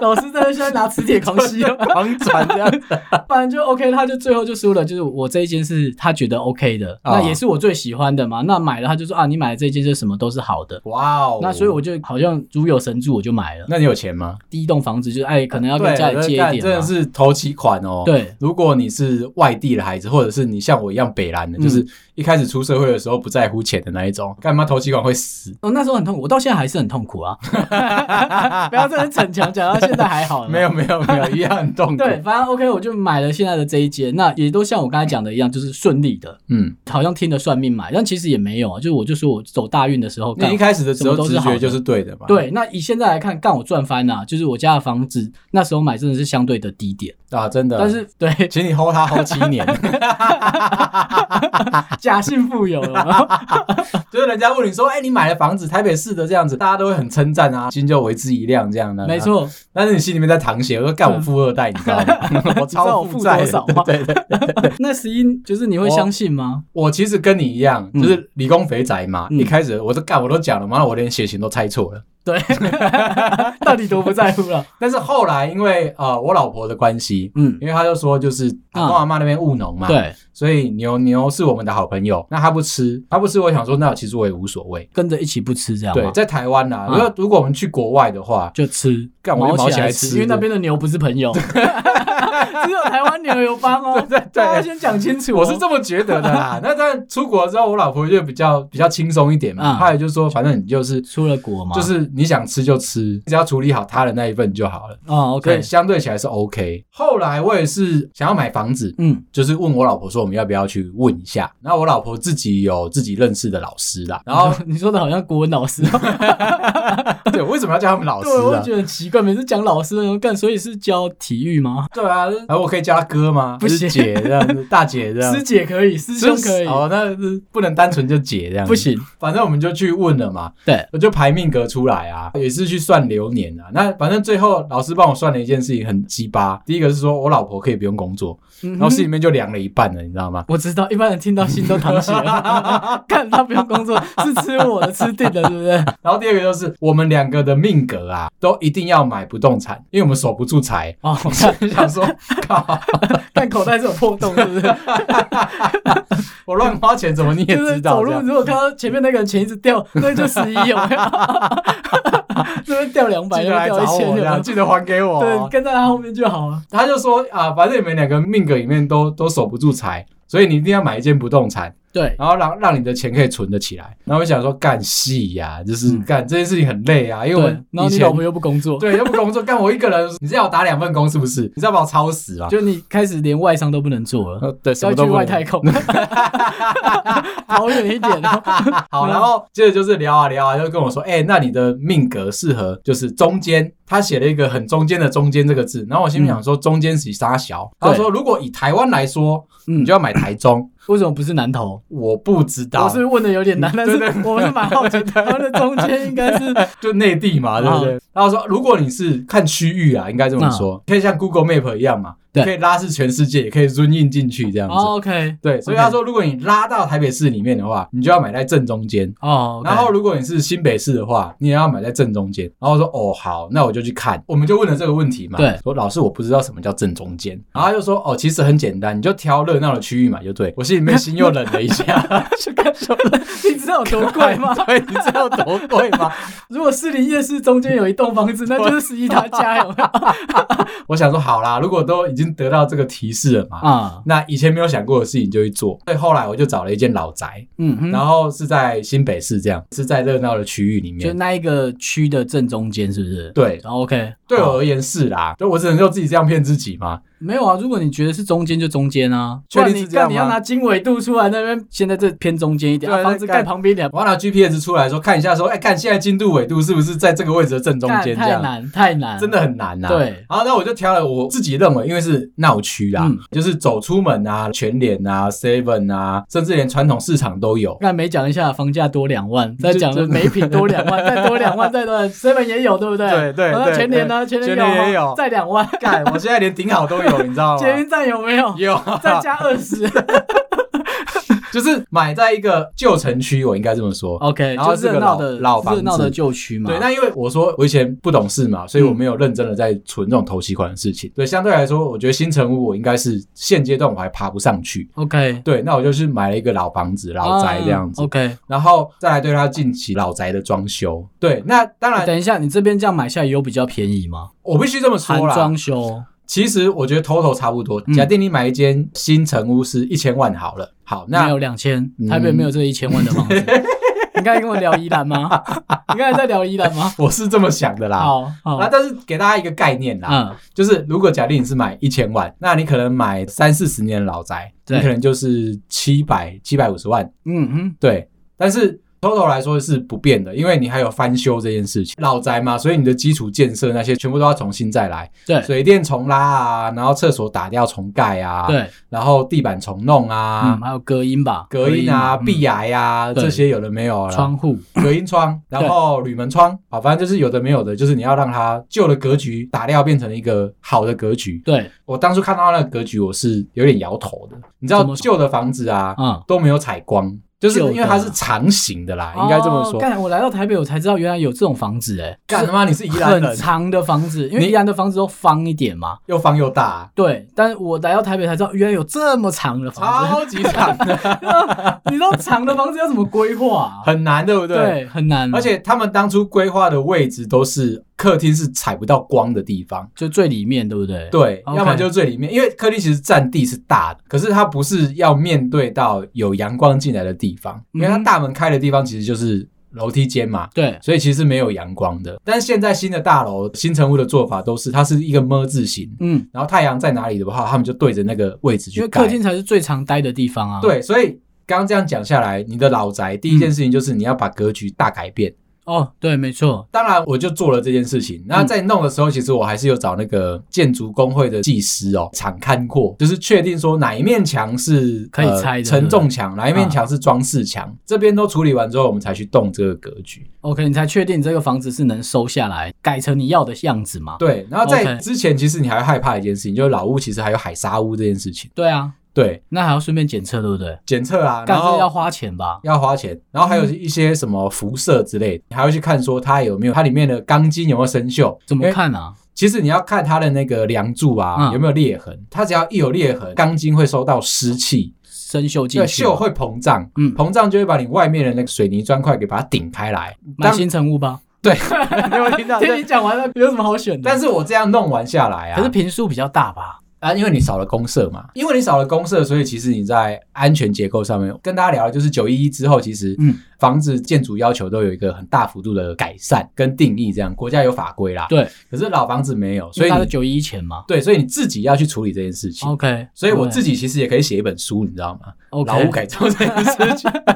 Speaker 2: 老师在那现在拿磁铁狂吸，啊
Speaker 1: 狂转这样 子，
Speaker 2: 反正就 OK，他就最后就输了，就是我这一间是他觉得 OK 的，
Speaker 1: 啊
Speaker 2: 那也是我最喜欢的嘛。那买了他就说啊，你买的这一间就什么都是好的。
Speaker 1: 哇哦！
Speaker 2: 那所以我，就好像如有神助，我就买了
Speaker 1: 那你有钱吗？
Speaker 2: 第一栋房子，就是哎，可能要跟
Speaker 1: 对
Speaker 2: 家里借
Speaker 1: 干
Speaker 2: 一
Speaker 1: 真
Speaker 2: 点
Speaker 1: 的
Speaker 2: 嘛。
Speaker 1: 是头期款哦。。
Speaker 2: 对，
Speaker 1: 如果你是外地的孩子，或者是你像我一样北兰的，
Speaker 2: 嗯
Speaker 1: 就是一开始出社会的时候不在乎钱的那一种，干嘛头 期款会死？
Speaker 2: 哦，那时候很痛苦，我到现在还是很痛苦啊！不要这么逞强，讲到现现在还好，
Speaker 1: 没有。没有没有，一样很痛苦。
Speaker 2: 对，，反正 OK，我就买了现在的这一间，那也都像我刚才讲的一样，就是顺利的，
Speaker 1: 嗯，
Speaker 2: 好像听了算命买，但其实也没有啊。就是我就说我走大运的时候，
Speaker 1: 你一
Speaker 2: 干
Speaker 1: 开始的时候
Speaker 2: 什么都
Speaker 1: 直
Speaker 2: 是好
Speaker 1: 觉
Speaker 2: 的
Speaker 1: 就是对的嘛？，
Speaker 2: 对，那以现在来看，干我赚翻了、就是我家的房子那时候买真的是相对的低点，
Speaker 1: 啊，真的。
Speaker 2: 但是对
Speaker 1: 请你 hold 他 hold 七 年，
Speaker 2: 假性富有 了，
Speaker 1: 就是人家问你说，哎、你买了房子，台北市的这样子，大家都会很称赞啊，心就为之一亮这样的、
Speaker 2: 没。错，
Speaker 1: 但是你心里面在淌血，我说干我富二代，你知道 吗？我
Speaker 2: 你知道
Speaker 1: 超
Speaker 2: 我
Speaker 1: 负
Speaker 2: 负
Speaker 1: 债
Speaker 2: 多
Speaker 1: 的
Speaker 2: 少吗
Speaker 1: 对 对对，
Speaker 2: 那十一就是你会相信吗？
Speaker 1: 我其实跟你一样，
Speaker 2: 嗯
Speaker 1: 就是理工肥宅嘛。
Speaker 2: 嗯
Speaker 1: 一开始我都干，我都讲了嘛，我连血型都猜错了。
Speaker 2: 对，到底多不在乎 了？
Speaker 1: 但是后来因为呃我老婆的关系，
Speaker 2: 嗯，
Speaker 1: 因为她就说就是阿公阿妈那边务农嘛，，
Speaker 2: 啊对，
Speaker 1: 所以牛牛是我们的好朋友。那她不吃，她不吃，我想说那其实我也无所谓。
Speaker 2: 跟着一起不吃这样
Speaker 1: 对，
Speaker 2: 吗？
Speaker 1: 在台湾呐，
Speaker 2: 嗯
Speaker 1: 如果如果我们去国外的话，
Speaker 2: 就吃，
Speaker 1: 干我就毛
Speaker 2: 毛
Speaker 1: 起
Speaker 2: 起
Speaker 1: 来
Speaker 2: 来
Speaker 1: 吃
Speaker 2: 吃，因为那边的牛不是 朋友，只有台湾牛有帮哦。
Speaker 1: 对对
Speaker 2: 大家先讲清楚哦，
Speaker 1: 我是这么觉得的啦。 那但出国之后，我老婆就比较比较轻松一点嘛，
Speaker 2: 嗯
Speaker 1: 她也就说反正你就是
Speaker 2: 出了国嘛，
Speaker 1: 就是你想吃就吃，只要处理好她的那一份就好了。
Speaker 2: 哦
Speaker 1: 所以
Speaker 2: ，OK，
Speaker 1: 相对起来是 OK。后来我也是想要买房子，
Speaker 2: 嗯
Speaker 1: 就是问我老婆说我们要不要去问一下。然后我老婆自己有自己认识的老师啦，然 后
Speaker 2: 你说的好像国文老师哦，
Speaker 1: 对，为什么要叫他们老师
Speaker 2: 对，我
Speaker 1: 啊
Speaker 2: 也？觉得很奇怪，每次讲老师的人干，所以是教体育吗？
Speaker 1: 对啊，然后我可以叫他哥吗？
Speaker 2: 不
Speaker 1: 还
Speaker 2: 行
Speaker 1: 是姐这样子，大姐这样
Speaker 2: 师。姐可以，师兄可以，
Speaker 1: 哦，那是不能单纯就姐这样，
Speaker 2: 不。行，
Speaker 1: 反正我们就去问了嘛，
Speaker 2: 对，
Speaker 1: 我就排命格出来啊，也是去算流年啊。那反正最后老师帮我算了一件事情，很鸡巴。第一个是说我老婆可以不用工作，
Speaker 2: 然
Speaker 1: 然后心里面就凉了一半了，你知道吗？
Speaker 2: 我知道，一般人听到心都 淌血了。看他不用工作，是吃我的，吃定的，对不对？
Speaker 1: 然后第二个就是我们两个的命格啊，都一定要买不动产，因为我们守不住 财。
Speaker 2: 哦，
Speaker 1: 我想说，靠，
Speaker 2: 但口袋是有破洞，是不是？
Speaker 1: 我乱花钱怎么 你也
Speaker 2: 就是
Speaker 1: 知道？
Speaker 2: 走
Speaker 1: 这
Speaker 2: 路
Speaker 1: 样
Speaker 2: 如果看到前面那个人钱一直掉，那就十一有没有？ 这边掉两百，
Speaker 1: 记
Speaker 2: 那
Speaker 1: 得来
Speaker 2: 边掉一
Speaker 1: 找
Speaker 2: 千有
Speaker 1: 我，
Speaker 2: 没
Speaker 1: 这样
Speaker 2: 有？
Speaker 1: 记得还给我
Speaker 2: 啊对，
Speaker 1: 哦。
Speaker 2: 跟在他后面就好了。
Speaker 1: 他就说啊，反正你们两个命格里面都都守不住财，所以你一定要买一间不动产，
Speaker 2: 对，
Speaker 1: 然后让让你的钱可以存得起来。然后我想说，干戏呀，就是
Speaker 2: 嗯
Speaker 1: 干这件事情很累啊，因为
Speaker 2: 对
Speaker 1: 我们，
Speaker 2: 然后
Speaker 1: 以
Speaker 2: 你
Speaker 1: 前
Speaker 2: 老婆又不工作，
Speaker 1: 对又不工作，干我一个人，你是要我打两份工是不是？你是要把我操死啊？
Speaker 2: 就你开始连外商都不能做了。
Speaker 1: 呃 对，什
Speaker 2: 要
Speaker 1: 么都
Speaker 2: 去
Speaker 1: 不
Speaker 2: 外
Speaker 1: 能
Speaker 2: 太空，跑远一点哦。
Speaker 1: 好，
Speaker 2: 嗯
Speaker 1: 然后接着就是聊啊聊啊，就跟我说，哎、那你的命格适合就是中间，他写了一个很中间的中间这个字，然后我心里想说中间是沙小，
Speaker 2: 对
Speaker 1: 他说如果以台湾来说，
Speaker 2: 嗯
Speaker 1: 你就，要买台中，
Speaker 2: 为什么不是南投？
Speaker 1: 我不知
Speaker 2: 我
Speaker 1: 道，
Speaker 2: 是问的有点难，但是
Speaker 1: 嗯对对
Speaker 2: 我们是蛮好奇，他们的中间应该是
Speaker 1: 就内地
Speaker 2: 啊
Speaker 1: 嘛，对不对？然后说如果你是看区域啊，应该这么说，可以像 Google Map 一样嘛，
Speaker 2: 对
Speaker 1: 可以拉至全世界，也可以 zoom in 进去这样子。
Speaker 2: 哦 OK，
Speaker 1: 对，所以
Speaker 2: OK
Speaker 1: 他说，如果你拉到台北市里面的话，你就要买在正中间。
Speaker 2: 哦，OK，
Speaker 1: 然后如果你是新北市的话，你也要买在正中间。然后我说哦好，那我就去看。我们就问了这个问题嘛，
Speaker 2: 对
Speaker 1: 说老师我不知道什么叫正中间，然后他就说哦其实很简单，你就挑热闹的区域嘛，就对我心里面心又冷了一下，
Speaker 2: 去干什么？你知道有多 贵 吗？
Speaker 1: 对，你知道多贵吗？
Speaker 2: 如果士林夜市中间有一栋房子，那就是十一他家有没 有
Speaker 1: 我想说好啦，如果都已经得到这个提示了嘛。
Speaker 2: 啊？
Speaker 1: 那以前没有想过的事情就去做，所以后来我就找了一间老宅，
Speaker 2: 嗯哼，
Speaker 1: 然后是在新北市，这样是在热闹的区域里面
Speaker 2: 就。那一个区的正中间，是不是？
Speaker 1: 对
Speaker 2: 然后哦 OK，
Speaker 1: 对哦我
Speaker 2: 好
Speaker 1: 而言是啦，就我只能就自己这样骗自己嘛。
Speaker 2: 没有啊，如果你觉得是中间就中间啊，
Speaker 1: 确定
Speaker 2: 不然
Speaker 1: 是
Speaker 2: 你
Speaker 1: 这样
Speaker 2: 干
Speaker 1: 吗
Speaker 2: 你要拿经纬度出来那边，现在这偏中间一点，
Speaker 1: 对
Speaker 2: 啊
Speaker 1: 那
Speaker 2: 房子
Speaker 1: 干
Speaker 2: 盖旁边一点，
Speaker 1: 我要拿 GPS 出来说看一下说，哎，看现在经度纬度是不是在这个位置的正中
Speaker 2: 干
Speaker 1: 间？这
Speaker 2: 太
Speaker 1: 样
Speaker 2: 难太难，
Speaker 1: 真的很难呐、。
Speaker 2: 对，
Speaker 1: 好，那我就挑了我自己认为，因为是闹区啦，
Speaker 2: 嗯
Speaker 1: 就是走出门啊，全联啊，Seven 啊，甚至连传统市场都 有。
Speaker 2: 那每讲一下房价多两万，再
Speaker 1: 就
Speaker 2: 讲
Speaker 1: 就
Speaker 2: 每品多两万， 再多两万，再多 seven 也有，对不对？
Speaker 1: 对对
Speaker 2: 然后
Speaker 1: 对
Speaker 2: 全年呢，全
Speaker 1: 全年
Speaker 2: 年
Speaker 1: 也有啊
Speaker 2: 再两万，
Speaker 1: 干，我现在连顶好都有， 你知道吗？
Speaker 2: 捷运站有没 有？
Speaker 1: 有，啊
Speaker 2: 再加二 十
Speaker 1: 就是买在一个旧城区，我应该这么说。
Speaker 2: ，OK，
Speaker 1: 然后
Speaker 2: 就是
Speaker 1: 个
Speaker 2: 热闹的
Speaker 1: 老老房子
Speaker 2: 热闹的旧区嘛。
Speaker 1: 对，那因为我说我以前不懂事嘛，所以我没有认真的在存这种投期款的事情。对，相对来说，我觉得新城屋我应该是现阶段我还爬不上去。
Speaker 2: OK，
Speaker 1: 对，那我就去买了一个老房子、老宅这样子，
Speaker 2: 啊 OK，
Speaker 1: 然后再来对它进行老宅的装修。对，那当然
Speaker 2: 等一下，你这边这样买下来有比较便宜吗？
Speaker 1: 我必须这么
Speaker 2: 含
Speaker 1: 说啦
Speaker 2: 装。修
Speaker 1: 其实我觉得 total 差不多。
Speaker 2: 嗯
Speaker 1: 假定你买一间新城屋是一千万好了，好，
Speaker 2: 没
Speaker 1: 那
Speaker 2: 有两千
Speaker 1: 嗯，
Speaker 2: 台北没有这一千万的房子。你刚才跟我聊宜兰吗？你刚才在聊宜兰吗？
Speaker 1: 我是这么想的啦。啊
Speaker 2: 好好
Speaker 1: 那，但是给大家一个概念啦，
Speaker 2: 嗯，
Speaker 1: 就是如果假定你是买一千万，那你可能买三四十年的老宅，你
Speaker 2: 对
Speaker 1: 可能就是七百七百五十万，
Speaker 2: 嗯哼，
Speaker 1: 对。但是 total 来说是不变的，因为你还有翻修这件事情，老宅嘛，所以你的基础建设那些全部都要重新再来，
Speaker 2: 对
Speaker 1: 水电重拉啊，然后厕所打掉重盖啊，，
Speaker 2: 对，
Speaker 1: 然后地板重弄啊
Speaker 2: 嗯，，还有隔音吧，
Speaker 1: 隔音啊、
Speaker 2: 嘛
Speaker 1: 壁、癌啊
Speaker 2: 对
Speaker 1: 这些有的没有啊
Speaker 2: 嗯，窗户，
Speaker 1: 隔音窗，然后铝门窗，好，反正就是有的没有的，就是你要让它旧的格局打掉，变成一个好的格局。
Speaker 2: 对，
Speaker 1: 我当初看到那个格局，我是有点摇头的。你知道
Speaker 2: 怎么说
Speaker 1: 旧的房子啊
Speaker 2: 嗯，
Speaker 1: 都没有采光，就是
Speaker 2: 旧的
Speaker 1: 因为它是长形的啦，啊应该这么
Speaker 2: 哦
Speaker 1: 说。
Speaker 2: 干，我来到台北，我才知道原来有这种房子、欸，
Speaker 1: 干他妈你是宜兰
Speaker 2: 很
Speaker 1: 人，
Speaker 2: 长的房子，因为
Speaker 1: 你
Speaker 2: 宜兰的房子都方一点嘛。
Speaker 1: 又方又 大，
Speaker 2: 对，但是我来到台北才知道，原来有这么长的房子。
Speaker 1: 超级长的，
Speaker 2: 你知道长的房子要怎么规划、啊？
Speaker 1: 很难，对不对？
Speaker 2: 对，很难。啊
Speaker 1: 而且他们当初规划的位置都是客厅是采不到光的地方，
Speaker 2: 就最里面，对不对？
Speaker 1: 对
Speaker 2: OK
Speaker 1: 要么就是最里面，因为客厅其实占地是大的，可是它不是要面对到有阳光进来的地方，因为它
Speaker 2: 嗯哼
Speaker 1: 大门开的地方其实就是楼梯间嘛。
Speaker 2: 对
Speaker 1: 所以其实没有阳光的，但是现在新的大楼、新成屋的做法都是它是一个么字形，
Speaker 2: 嗯，
Speaker 1: 然后太阳在哪里的话，他们就对着那个位置
Speaker 2: 因
Speaker 1: 去
Speaker 2: 为
Speaker 1: 盖。
Speaker 2: 客厅才是最常待的地方啊。
Speaker 1: 对，所以刚刚这样讲下来，你的老宅第一件事情就是你要把格局大改变。
Speaker 2: 哦，对，没错，
Speaker 1: 当然，我就做了这件事情。那在弄的时候，其实我还是有找那个建筑工会的技师哦，场勘过，就是确定说哪一面墙是
Speaker 2: 可以
Speaker 1: 呃
Speaker 2: 拆的啊
Speaker 1: 承重墙，哪一面墙是装饰墙。这边都处理完之后，我们才去动这个格局。
Speaker 2: OK，你才确定这个房子是能收下来，改成你要的样子嘛？
Speaker 1: 对，然后在
Speaker 2: OK
Speaker 1: 之前，其实你还会害怕一件事情，就是老屋其实还有海沙屋这件事情。
Speaker 2: 对啊，
Speaker 1: 对，
Speaker 2: 那还要顺便检测，对不对？
Speaker 1: 检测啊，然
Speaker 2: 干这
Speaker 1: 后
Speaker 2: 要花钱吧？
Speaker 1: 要花钱，然后还
Speaker 2: 嗯
Speaker 1: 有一些什么辐射之类的，你还会去看说它有没有它里面的钢筋有没有生锈，
Speaker 2: 怎
Speaker 1: 因
Speaker 2: 么
Speaker 1: 为
Speaker 2: 看啊？
Speaker 1: 其实你要看它的那个梁柱啊、
Speaker 2: 嗯
Speaker 1: 有没有裂痕，它只要一有裂痕，钢筋会收到湿气，
Speaker 2: 生锈
Speaker 1: 这
Speaker 2: 进
Speaker 1: 个
Speaker 2: 去，
Speaker 1: 锈会膨胀，
Speaker 2: 嗯
Speaker 1: 膨胀就会把你外面的那个水泥砖块给把它顶开来。
Speaker 2: 买新成屋 吧。
Speaker 1: 对， 没有听到。
Speaker 2: 听
Speaker 1: 对
Speaker 2: 你讲完了，有什么好选的？
Speaker 1: 但是我这样弄完下来啊，
Speaker 2: 可是平数比较大吧？
Speaker 1: 啊，因为你少了公社嘛，因为你少了公社，所以其实你在安全结构上面跟大家聊，就是九一一之后，其实
Speaker 2: 嗯
Speaker 1: 房子建筑要求都有一个很大幅度的改善跟定义，这样国家有法规啦，
Speaker 2: 对，
Speaker 1: 可是老房子没有，所
Speaker 2: 所
Speaker 1: 以
Speaker 2: 以它是
Speaker 1: 你
Speaker 2: 九一一前嘛。
Speaker 1: 对，所以你自己要去处理这件事情。
Speaker 2: OK，
Speaker 1: 所以我自
Speaker 2: 己
Speaker 1: 己其实也可以写一本书，你知道吗？
Speaker 2: OK，
Speaker 1: 老屋改造这件事情。 嗯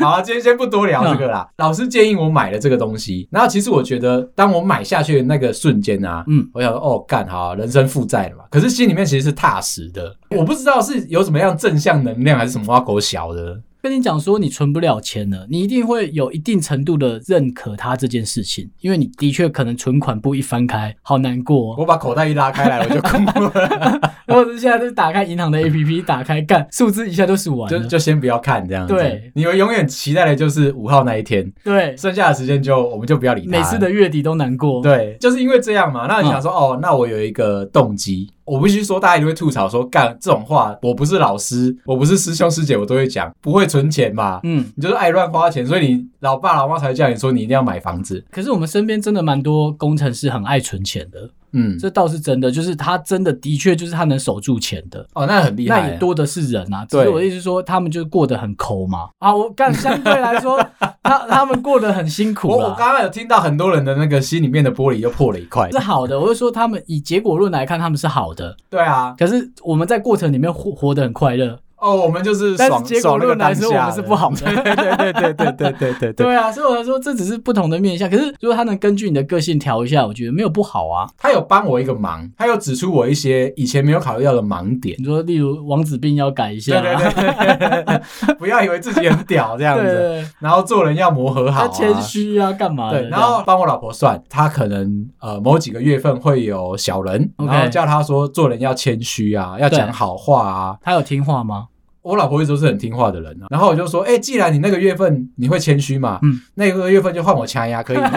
Speaker 1: 好、啊，今天先不多聊这个啦。老师建议我买了这个东西，然后其实我觉得，当我买下去的那个瞬间啊，
Speaker 2: 嗯，
Speaker 1: 我想说，哦，干好啊、人生负债了嘛。可是心里面其实是踏实的，我不知道是有什么样正向能量，还是什么挖狗小的。
Speaker 2: 跟你讲说你存不了钱了，你一定会有一定程度的认可它这件事情，因为你的确可能存款簿一翻开，好难过、哦。
Speaker 1: 我把口袋一拉开来，我就空 了，
Speaker 2: 或者是现在就打开银行的 APP，打开干数字一下就数完
Speaker 1: 就
Speaker 2: 了。
Speaker 1: 就先不要看这样子。
Speaker 2: 对，
Speaker 1: 你们永远期待的就是五号那一天，
Speaker 2: 对，
Speaker 1: 剩下的时间就我们就不要理它了。
Speaker 2: 每次的月底都难过。
Speaker 1: 对，就是因为这样嘛，那你想说、哦，那我有一个动机，我必须说，大家一定会吐槽说，干这种话，我不是老师，我不是师兄师姐，我都会讲，不会存钱嘛，
Speaker 2: 嗯，
Speaker 1: 你就是爱乱花钱，所以你老爸老妈才叫你说你一定要买房子，
Speaker 2: 可是我们身边真的蛮多工程师很爱存钱的，
Speaker 1: 嗯，
Speaker 2: 这倒是真的，就是他真的的确就是他能守住钱的。
Speaker 1: 哦，那很厉害，
Speaker 2: 那也多的是人啊，只是
Speaker 1: 对
Speaker 2: 我的意思是说，他们就是过得很抠嘛。啊，我干相对来 说，他他们过得很辛苦啊
Speaker 1: 我我
Speaker 2: 啦。
Speaker 1: 刚刚有听到很多人的那个心里面的玻璃又破了一块
Speaker 2: 是，好的，我就说他们以结果论来看，他们是好的。
Speaker 1: 对啊，
Speaker 2: 可是我们在过程里面活活得很快乐，
Speaker 1: 哦，我们就是
Speaker 2: 但是
Speaker 1: 爽，
Speaker 2: 结果论来说，我们是不好
Speaker 1: 对
Speaker 2: 的。
Speaker 1: 对对对对对对对，
Speaker 2: 对啊，所以我才说这只是不同的面向。可是如果他能根据你的个性调一下，我觉得没有不好啊。
Speaker 1: 他有帮我一个忙，他有指出我一些以前没有考虑到的盲点。
Speaker 2: 你说，例如王子病要改一下
Speaker 1: 对
Speaker 2: 啊，
Speaker 1: 对对， 不要以为自己很屌这样
Speaker 2: 对
Speaker 1: 子，
Speaker 2: 对对
Speaker 1: 然后做人要磨合好、
Speaker 2: 他
Speaker 1: 啊。
Speaker 2: 谦虚啊，干嘛的？
Speaker 1: 对，然后帮我老婆算，她可能呃某几个月份会有小人
Speaker 2: OK
Speaker 1: 然后叫她说做人要谦虚啊，要讲好话啊。
Speaker 2: 他有听话吗？
Speaker 1: 我老婆一直都是很听话的人啊，然后我就说，哎、既然你那个月份你会谦虚嘛，
Speaker 2: 嗯
Speaker 1: 那个月份就换我掐压可以 吗？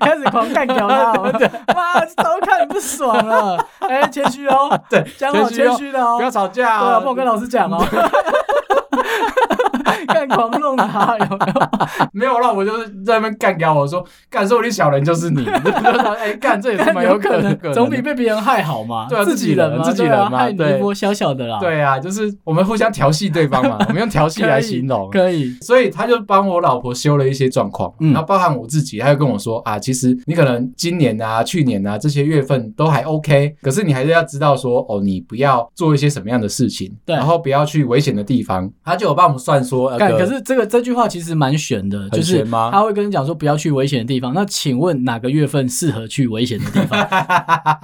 Speaker 2: 开始狂干 掉他，哇，都看你不爽了，哎，谦虚哦，
Speaker 1: 对，
Speaker 2: 讲好
Speaker 1: 谦虚哦
Speaker 2: 谦虚的哦，
Speaker 1: 不要吵架
Speaker 2: 对
Speaker 1: 啊，
Speaker 2: 啊，不然我跟老师讲哦。干狂弄他，有没有？
Speaker 1: 没有啦，我就是在那边干掉我说，干说不定小人就是 你， 就是说哎干这也是蛮
Speaker 2: 有
Speaker 1: 可能的，
Speaker 2: 总比被别人害好嘛。
Speaker 1: 对啊
Speaker 2: 自
Speaker 1: 自己
Speaker 2: 人
Speaker 1: 人
Speaker 2: 嘛，
Speaker 1: 自己
Speaker 2: 对啊
Speaker 1: 人嘛
Speaker 2: 害你
Speaker 1: 对
Speaker 2: 一波小小的啦。，
Speaker 1: 对啊，就是我们互相调戏对 方嘛，我们用调戏来形容。
Speaker 2: 可以。
Speaker 1: 所以他就帮我老婆修了一些状况，
Speaker 2: 嗯
Speaker 1: 然后包含我自己，他就跟我说啊，其实你可能今年啊、去年啊这些月份都还 OK，可是你还是要知道说哦，你不要做一些什么样的事情，
Speaker 2: 对
Speaker 1: 然后不要去危险的地方。他就有帮我们算说，呃
Speaker 2: 干，
Speaker 1: 个
Speaker 2: 可是这个这句话其实蛮悬的，
Speaker 1: 很
Speaker 2: 就是
Speaker 1: 悬吗
Speaker 2: 他会跟你讲说不要去危险的地方。那请问哪个月份适合去危险的地 方？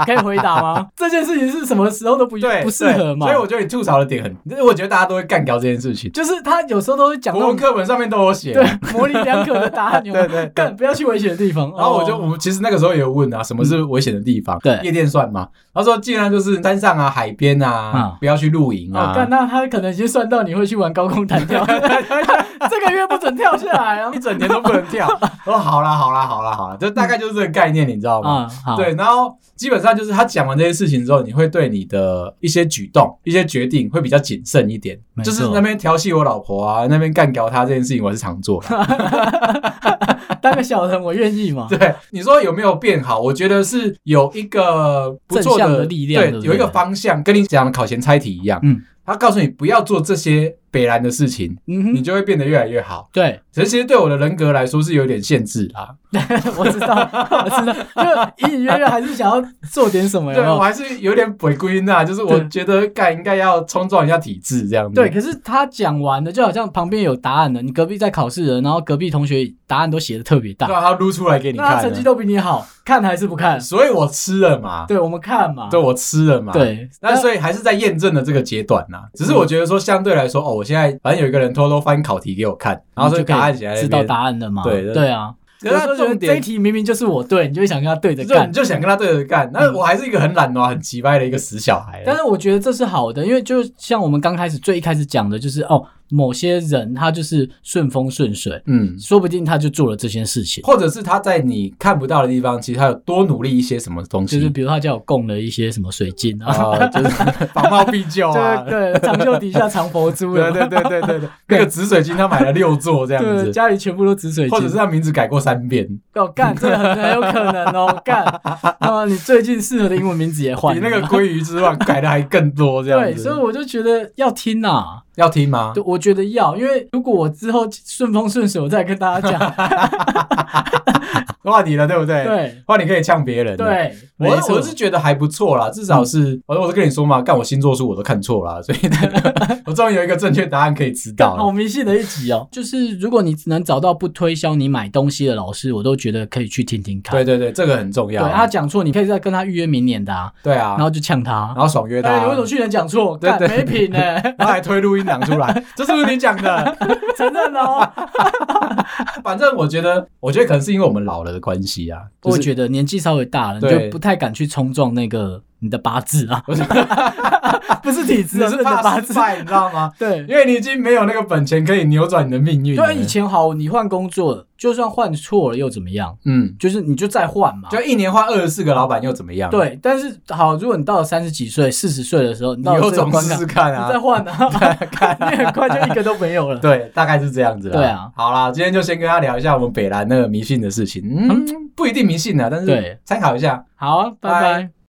Speaker 2: 可以回答吗？这件事情是什么时候都不
Speaker 1: 对
Speaker 2: 不适合嘛？
Speaker 1: 对所以我觉得你吐槽的点很，我觉得大家都会干掉这件事情。
Speaker 2: 就是他有时候都会讲
Speaker 1: 国
Speaker 2: 到
Speaker 1: 文课本上面都有写，
Speaker 2: 对 模棱两可的答案，有没有
Speaker 1: 对对对
Speaker 2: 干不要去危险的地方。
Speaker 1: 然后我就
Speaker 2: 哦嗯
Speaker 1: 我们其实那个时候也有问啊，什么是危险的地方？
Speaker 2: 对
Speaker 1: 夜店算吗？他说尽量就是山上啊、海边啊
Speaker 2: 嗯，
Speaker 1: 不要去露营
Speaker 2: 哦，干，
Speaker 1: 啊。
Speaker 2: 那他可能已经算到你会去玩高 空弹跳，这个月不准跳下来啊
Speaker 1: 一！整年都不能跳。 我说好啦，好啦，好啦，好啦，就大概就是这个概念，你知道吗？
Speaker 2: 啊，好，
Speaker 1: 对，然后基本上就是他讲完这些事情之后，你会对你的一些举动、一些决定会比较谨慎一点。
Speaker 2: 没
Speaker 1: 就
Speaker 2: 错
Speaker 1: 是那边调戏我老婆啊，那边干掉她这件事情，我是常做的。
Speaker 2: 当个小人我愿意嘛。
Speaker 1: 对，你说有没有变好？我觉得是有一个不错
Speaker 2: 正向的力量
Speaker 1: 对，
Speaker 2: 对不对
Speaker 1: 有一个方向，跟你讲的考前猜题一样，
Speaker 2: 嗯，
Speaker 1: 他告诉你不要做这些北兰的事情，
Speaker 2: 嗯
Speaker 1: 你
Speaker 2: 哼，
Speaker 1: 就会变得越来越好。
Speaker 2: 对，
Speaker 1: 可是其实对我的人格来说是有点限制啊，
Speaker 2: 我知道，我知道，就隐隐约约还是想要做点什么，有
Speaker 1: 对
Speaker 2: 没
Speaker 1: 我
Speaker 2: 有？
Speaker 1: 还是有点鬼归呐，就是我
Speaker 2: 哎对
Speaker 1: 觉得干应该要冲撞一下体制这样子。
Speaker 2: 对，可是他讲完的，就好像旁边有答案了，你隔壁在考试了，然后隔壁同学答案都写的特别
Speaker 1: 对
Speaker 2: 大，
Speaker 1: 啊，他撸出来给你
Speaker 2: 那他
Speaker 1: 看
Speaker 2: 成绩
Speaker 1: 了，
Speaker 2: 都比你好，看还是不看？
Speaker 1: 所以我吃了嘛，
Speaker 2: 对，我们看嘛。
Speaker 1: 对，我吃了嘛，。
Speaker 2: 对，
Speaker 1: 那所以还是在验证的这个阶段呐、只是我
Speaker 2: 嗯
Speaker 1: 觉得说，相对来说，哦，我现在反正有一个人偷偷翻考题给我看，然后
Speaker 2: 你
Speaker 1: 所以
Speaker 2: 就可以
Speaker 1: 答案写在
Speaker 2: 知
Speaker 1: 那
Speaker 2: 道
Speaker 1: 边。
Speaker 2: 答案了嘛？
Speaker 1: 对对
Speaker 2: 对啊。
Speaker 1: 可是
Speaker 2: 有时候
Speaker 1: 他
Speaker 2: 觉得
Speaker 1: 重
Speaker 2: 这一
Speaker 1: 点
Speaker 2: 题明明就是我对，你就会想跟他对着
Speaker 1: 就
Speaker 2: 干嗯
Speaker 1: 你。就想跟他对着干，那我还是一个很懒惰、很急掰的一个死小孩。
Speaker 2: 但是我觉得这是好的，因为就像我们刚开始最一开始讲的，就是哦，某些人他就是顺风顺水，
Speaker 1: 嗯，
Speaker 2: 说不定他就做了这件事情，
Speaker 1: 或者是他在你看不到的地方，其实他有多努力一些什么东西，
Speaker 2: 就是比如他叫我供了一些什么水晶啊，
Speaker 1: 啊，就是仿冒必救啊。
Speaker 2: 对对，长袖底下藏 佛珠，
Speaker 1: 对对对对对对，那个紫水晶他买了六座这样
Speaker 2: 对，
Speaker 1: 子，
Speaker 2: 家里全部都紫水
Speaker 1: 或者是
Speaker 2: 晶。
Speaker 1: 他名字改过三遍，
Speaker 2: 哦，干，这个很很有可能 哦，干。啊，你最近适合的英文名字也换
Speaker 1: 比
Speaker 2: 了，
Speaker 1: 那个鲑鱼之乱改的还更多这样
Speaker 2: 对，
Speaker 1: 子。
Speaker 2: 所以我就觉得要听啊，
Speaker 1: 要听吗？
Speaker 2: 对，我觉得要，因为如果我之后顺风顺水，我再跟大家讲。
Speaker 1: 换你了，对不 对？。
Speaker 2: 对
Speaker 1: 换你可以呛别人了。
Speaker 2: 对，
Speaker 1: 我
Speaker 2: 没错
Speaker 1: 我是觉得还不错啦，至少
Speaker 2: 嗯
Speaker 1: 是我我是跟你说嘛，干我星座数我都看错啦，所以 我终于有一个正确答案可以知道
Speaker 2: 好
Speaker 1: 了。
Speaker 2: 迷信的一集哦。 就是如果你能找到不推销你买东西的老师，我都觉得可以去听听看。
Speaker 1: 对对对，这个很重
Speaker 2: 对，
Speaker 1: 要。啊
Speaker 2: 他讲错，你可以再跟他预约明年的啊，
Speaker 1: 对啊
Speaker 2: 然，后就呛他
Speaker 1: 然。后爽约他，
Speaker 2: 哎，你为什么去年讲错？
Speaker 1: 对
Speaker 2: 干
Speaker 1: 对
Speaker 2: 没品呢，
Speaker 1: 然后还推录音档出来，这是不是你讲的？
Speaker 2: 承认了哦。
Speaker 1: 反正我觉得，我觉得可能是因为我们老了的关系啊。
Speaker 2: 我
Speaker 1: 得
Speaker 2: 觉得年纪稍微大了，你
Speaker 1: 对
Speaker 2: 就不太敢去冲撞那个你的八字啊， 不是体质
Speaker 1: 只
Speaker 2: 啊，是
Speaker 1: 是
Speaker 2: 你的
Speaker 1: 怕
Speaker 2: 八
Speaker 1: 失
Speaker 2: 字。
Speaker 1: 败，你知道吗？
Speaker 2: 对，
Speaker 1: 因为你已经没有那个本钱可以扭转你的命运了。
Speaker 2: 对，啊以前好，你换工作，就算换错了又怎么样？
Speaker 1: 嗯，
Speaker 2: 就是你就再换嘛。
Speaker 1: 就一年换二十四个老板又怎么样？，
Speaker 2: 对，但是好，如果你到了三十几岁、四十岁的时候，你
Speaker 1: 你
Speaker 2: 到了
Speaker 1: 有
Speaker 2: 这个
Speaker 1: 种
Speaker 2: 关
Speaker 1: 试
Speaker 2: 卡，
Speaker 1: 试看啊！
Speaker 2: 你再换 啊，你很快就一个都没有了。
Speaker 1: 对，大概是这样子啦。
Speaker 2: 对啊，
Speaker 1: 好啦，今天就先跟他聊一下我们北兰那个迷信的事情。嗯，不一定迷信啊，但是
Speaker 2: 嗯对
Speaker 1: 参考一下。
Speaker 2: 好啊，拜
Speaker 1: 拜
Speaker 2: 拜。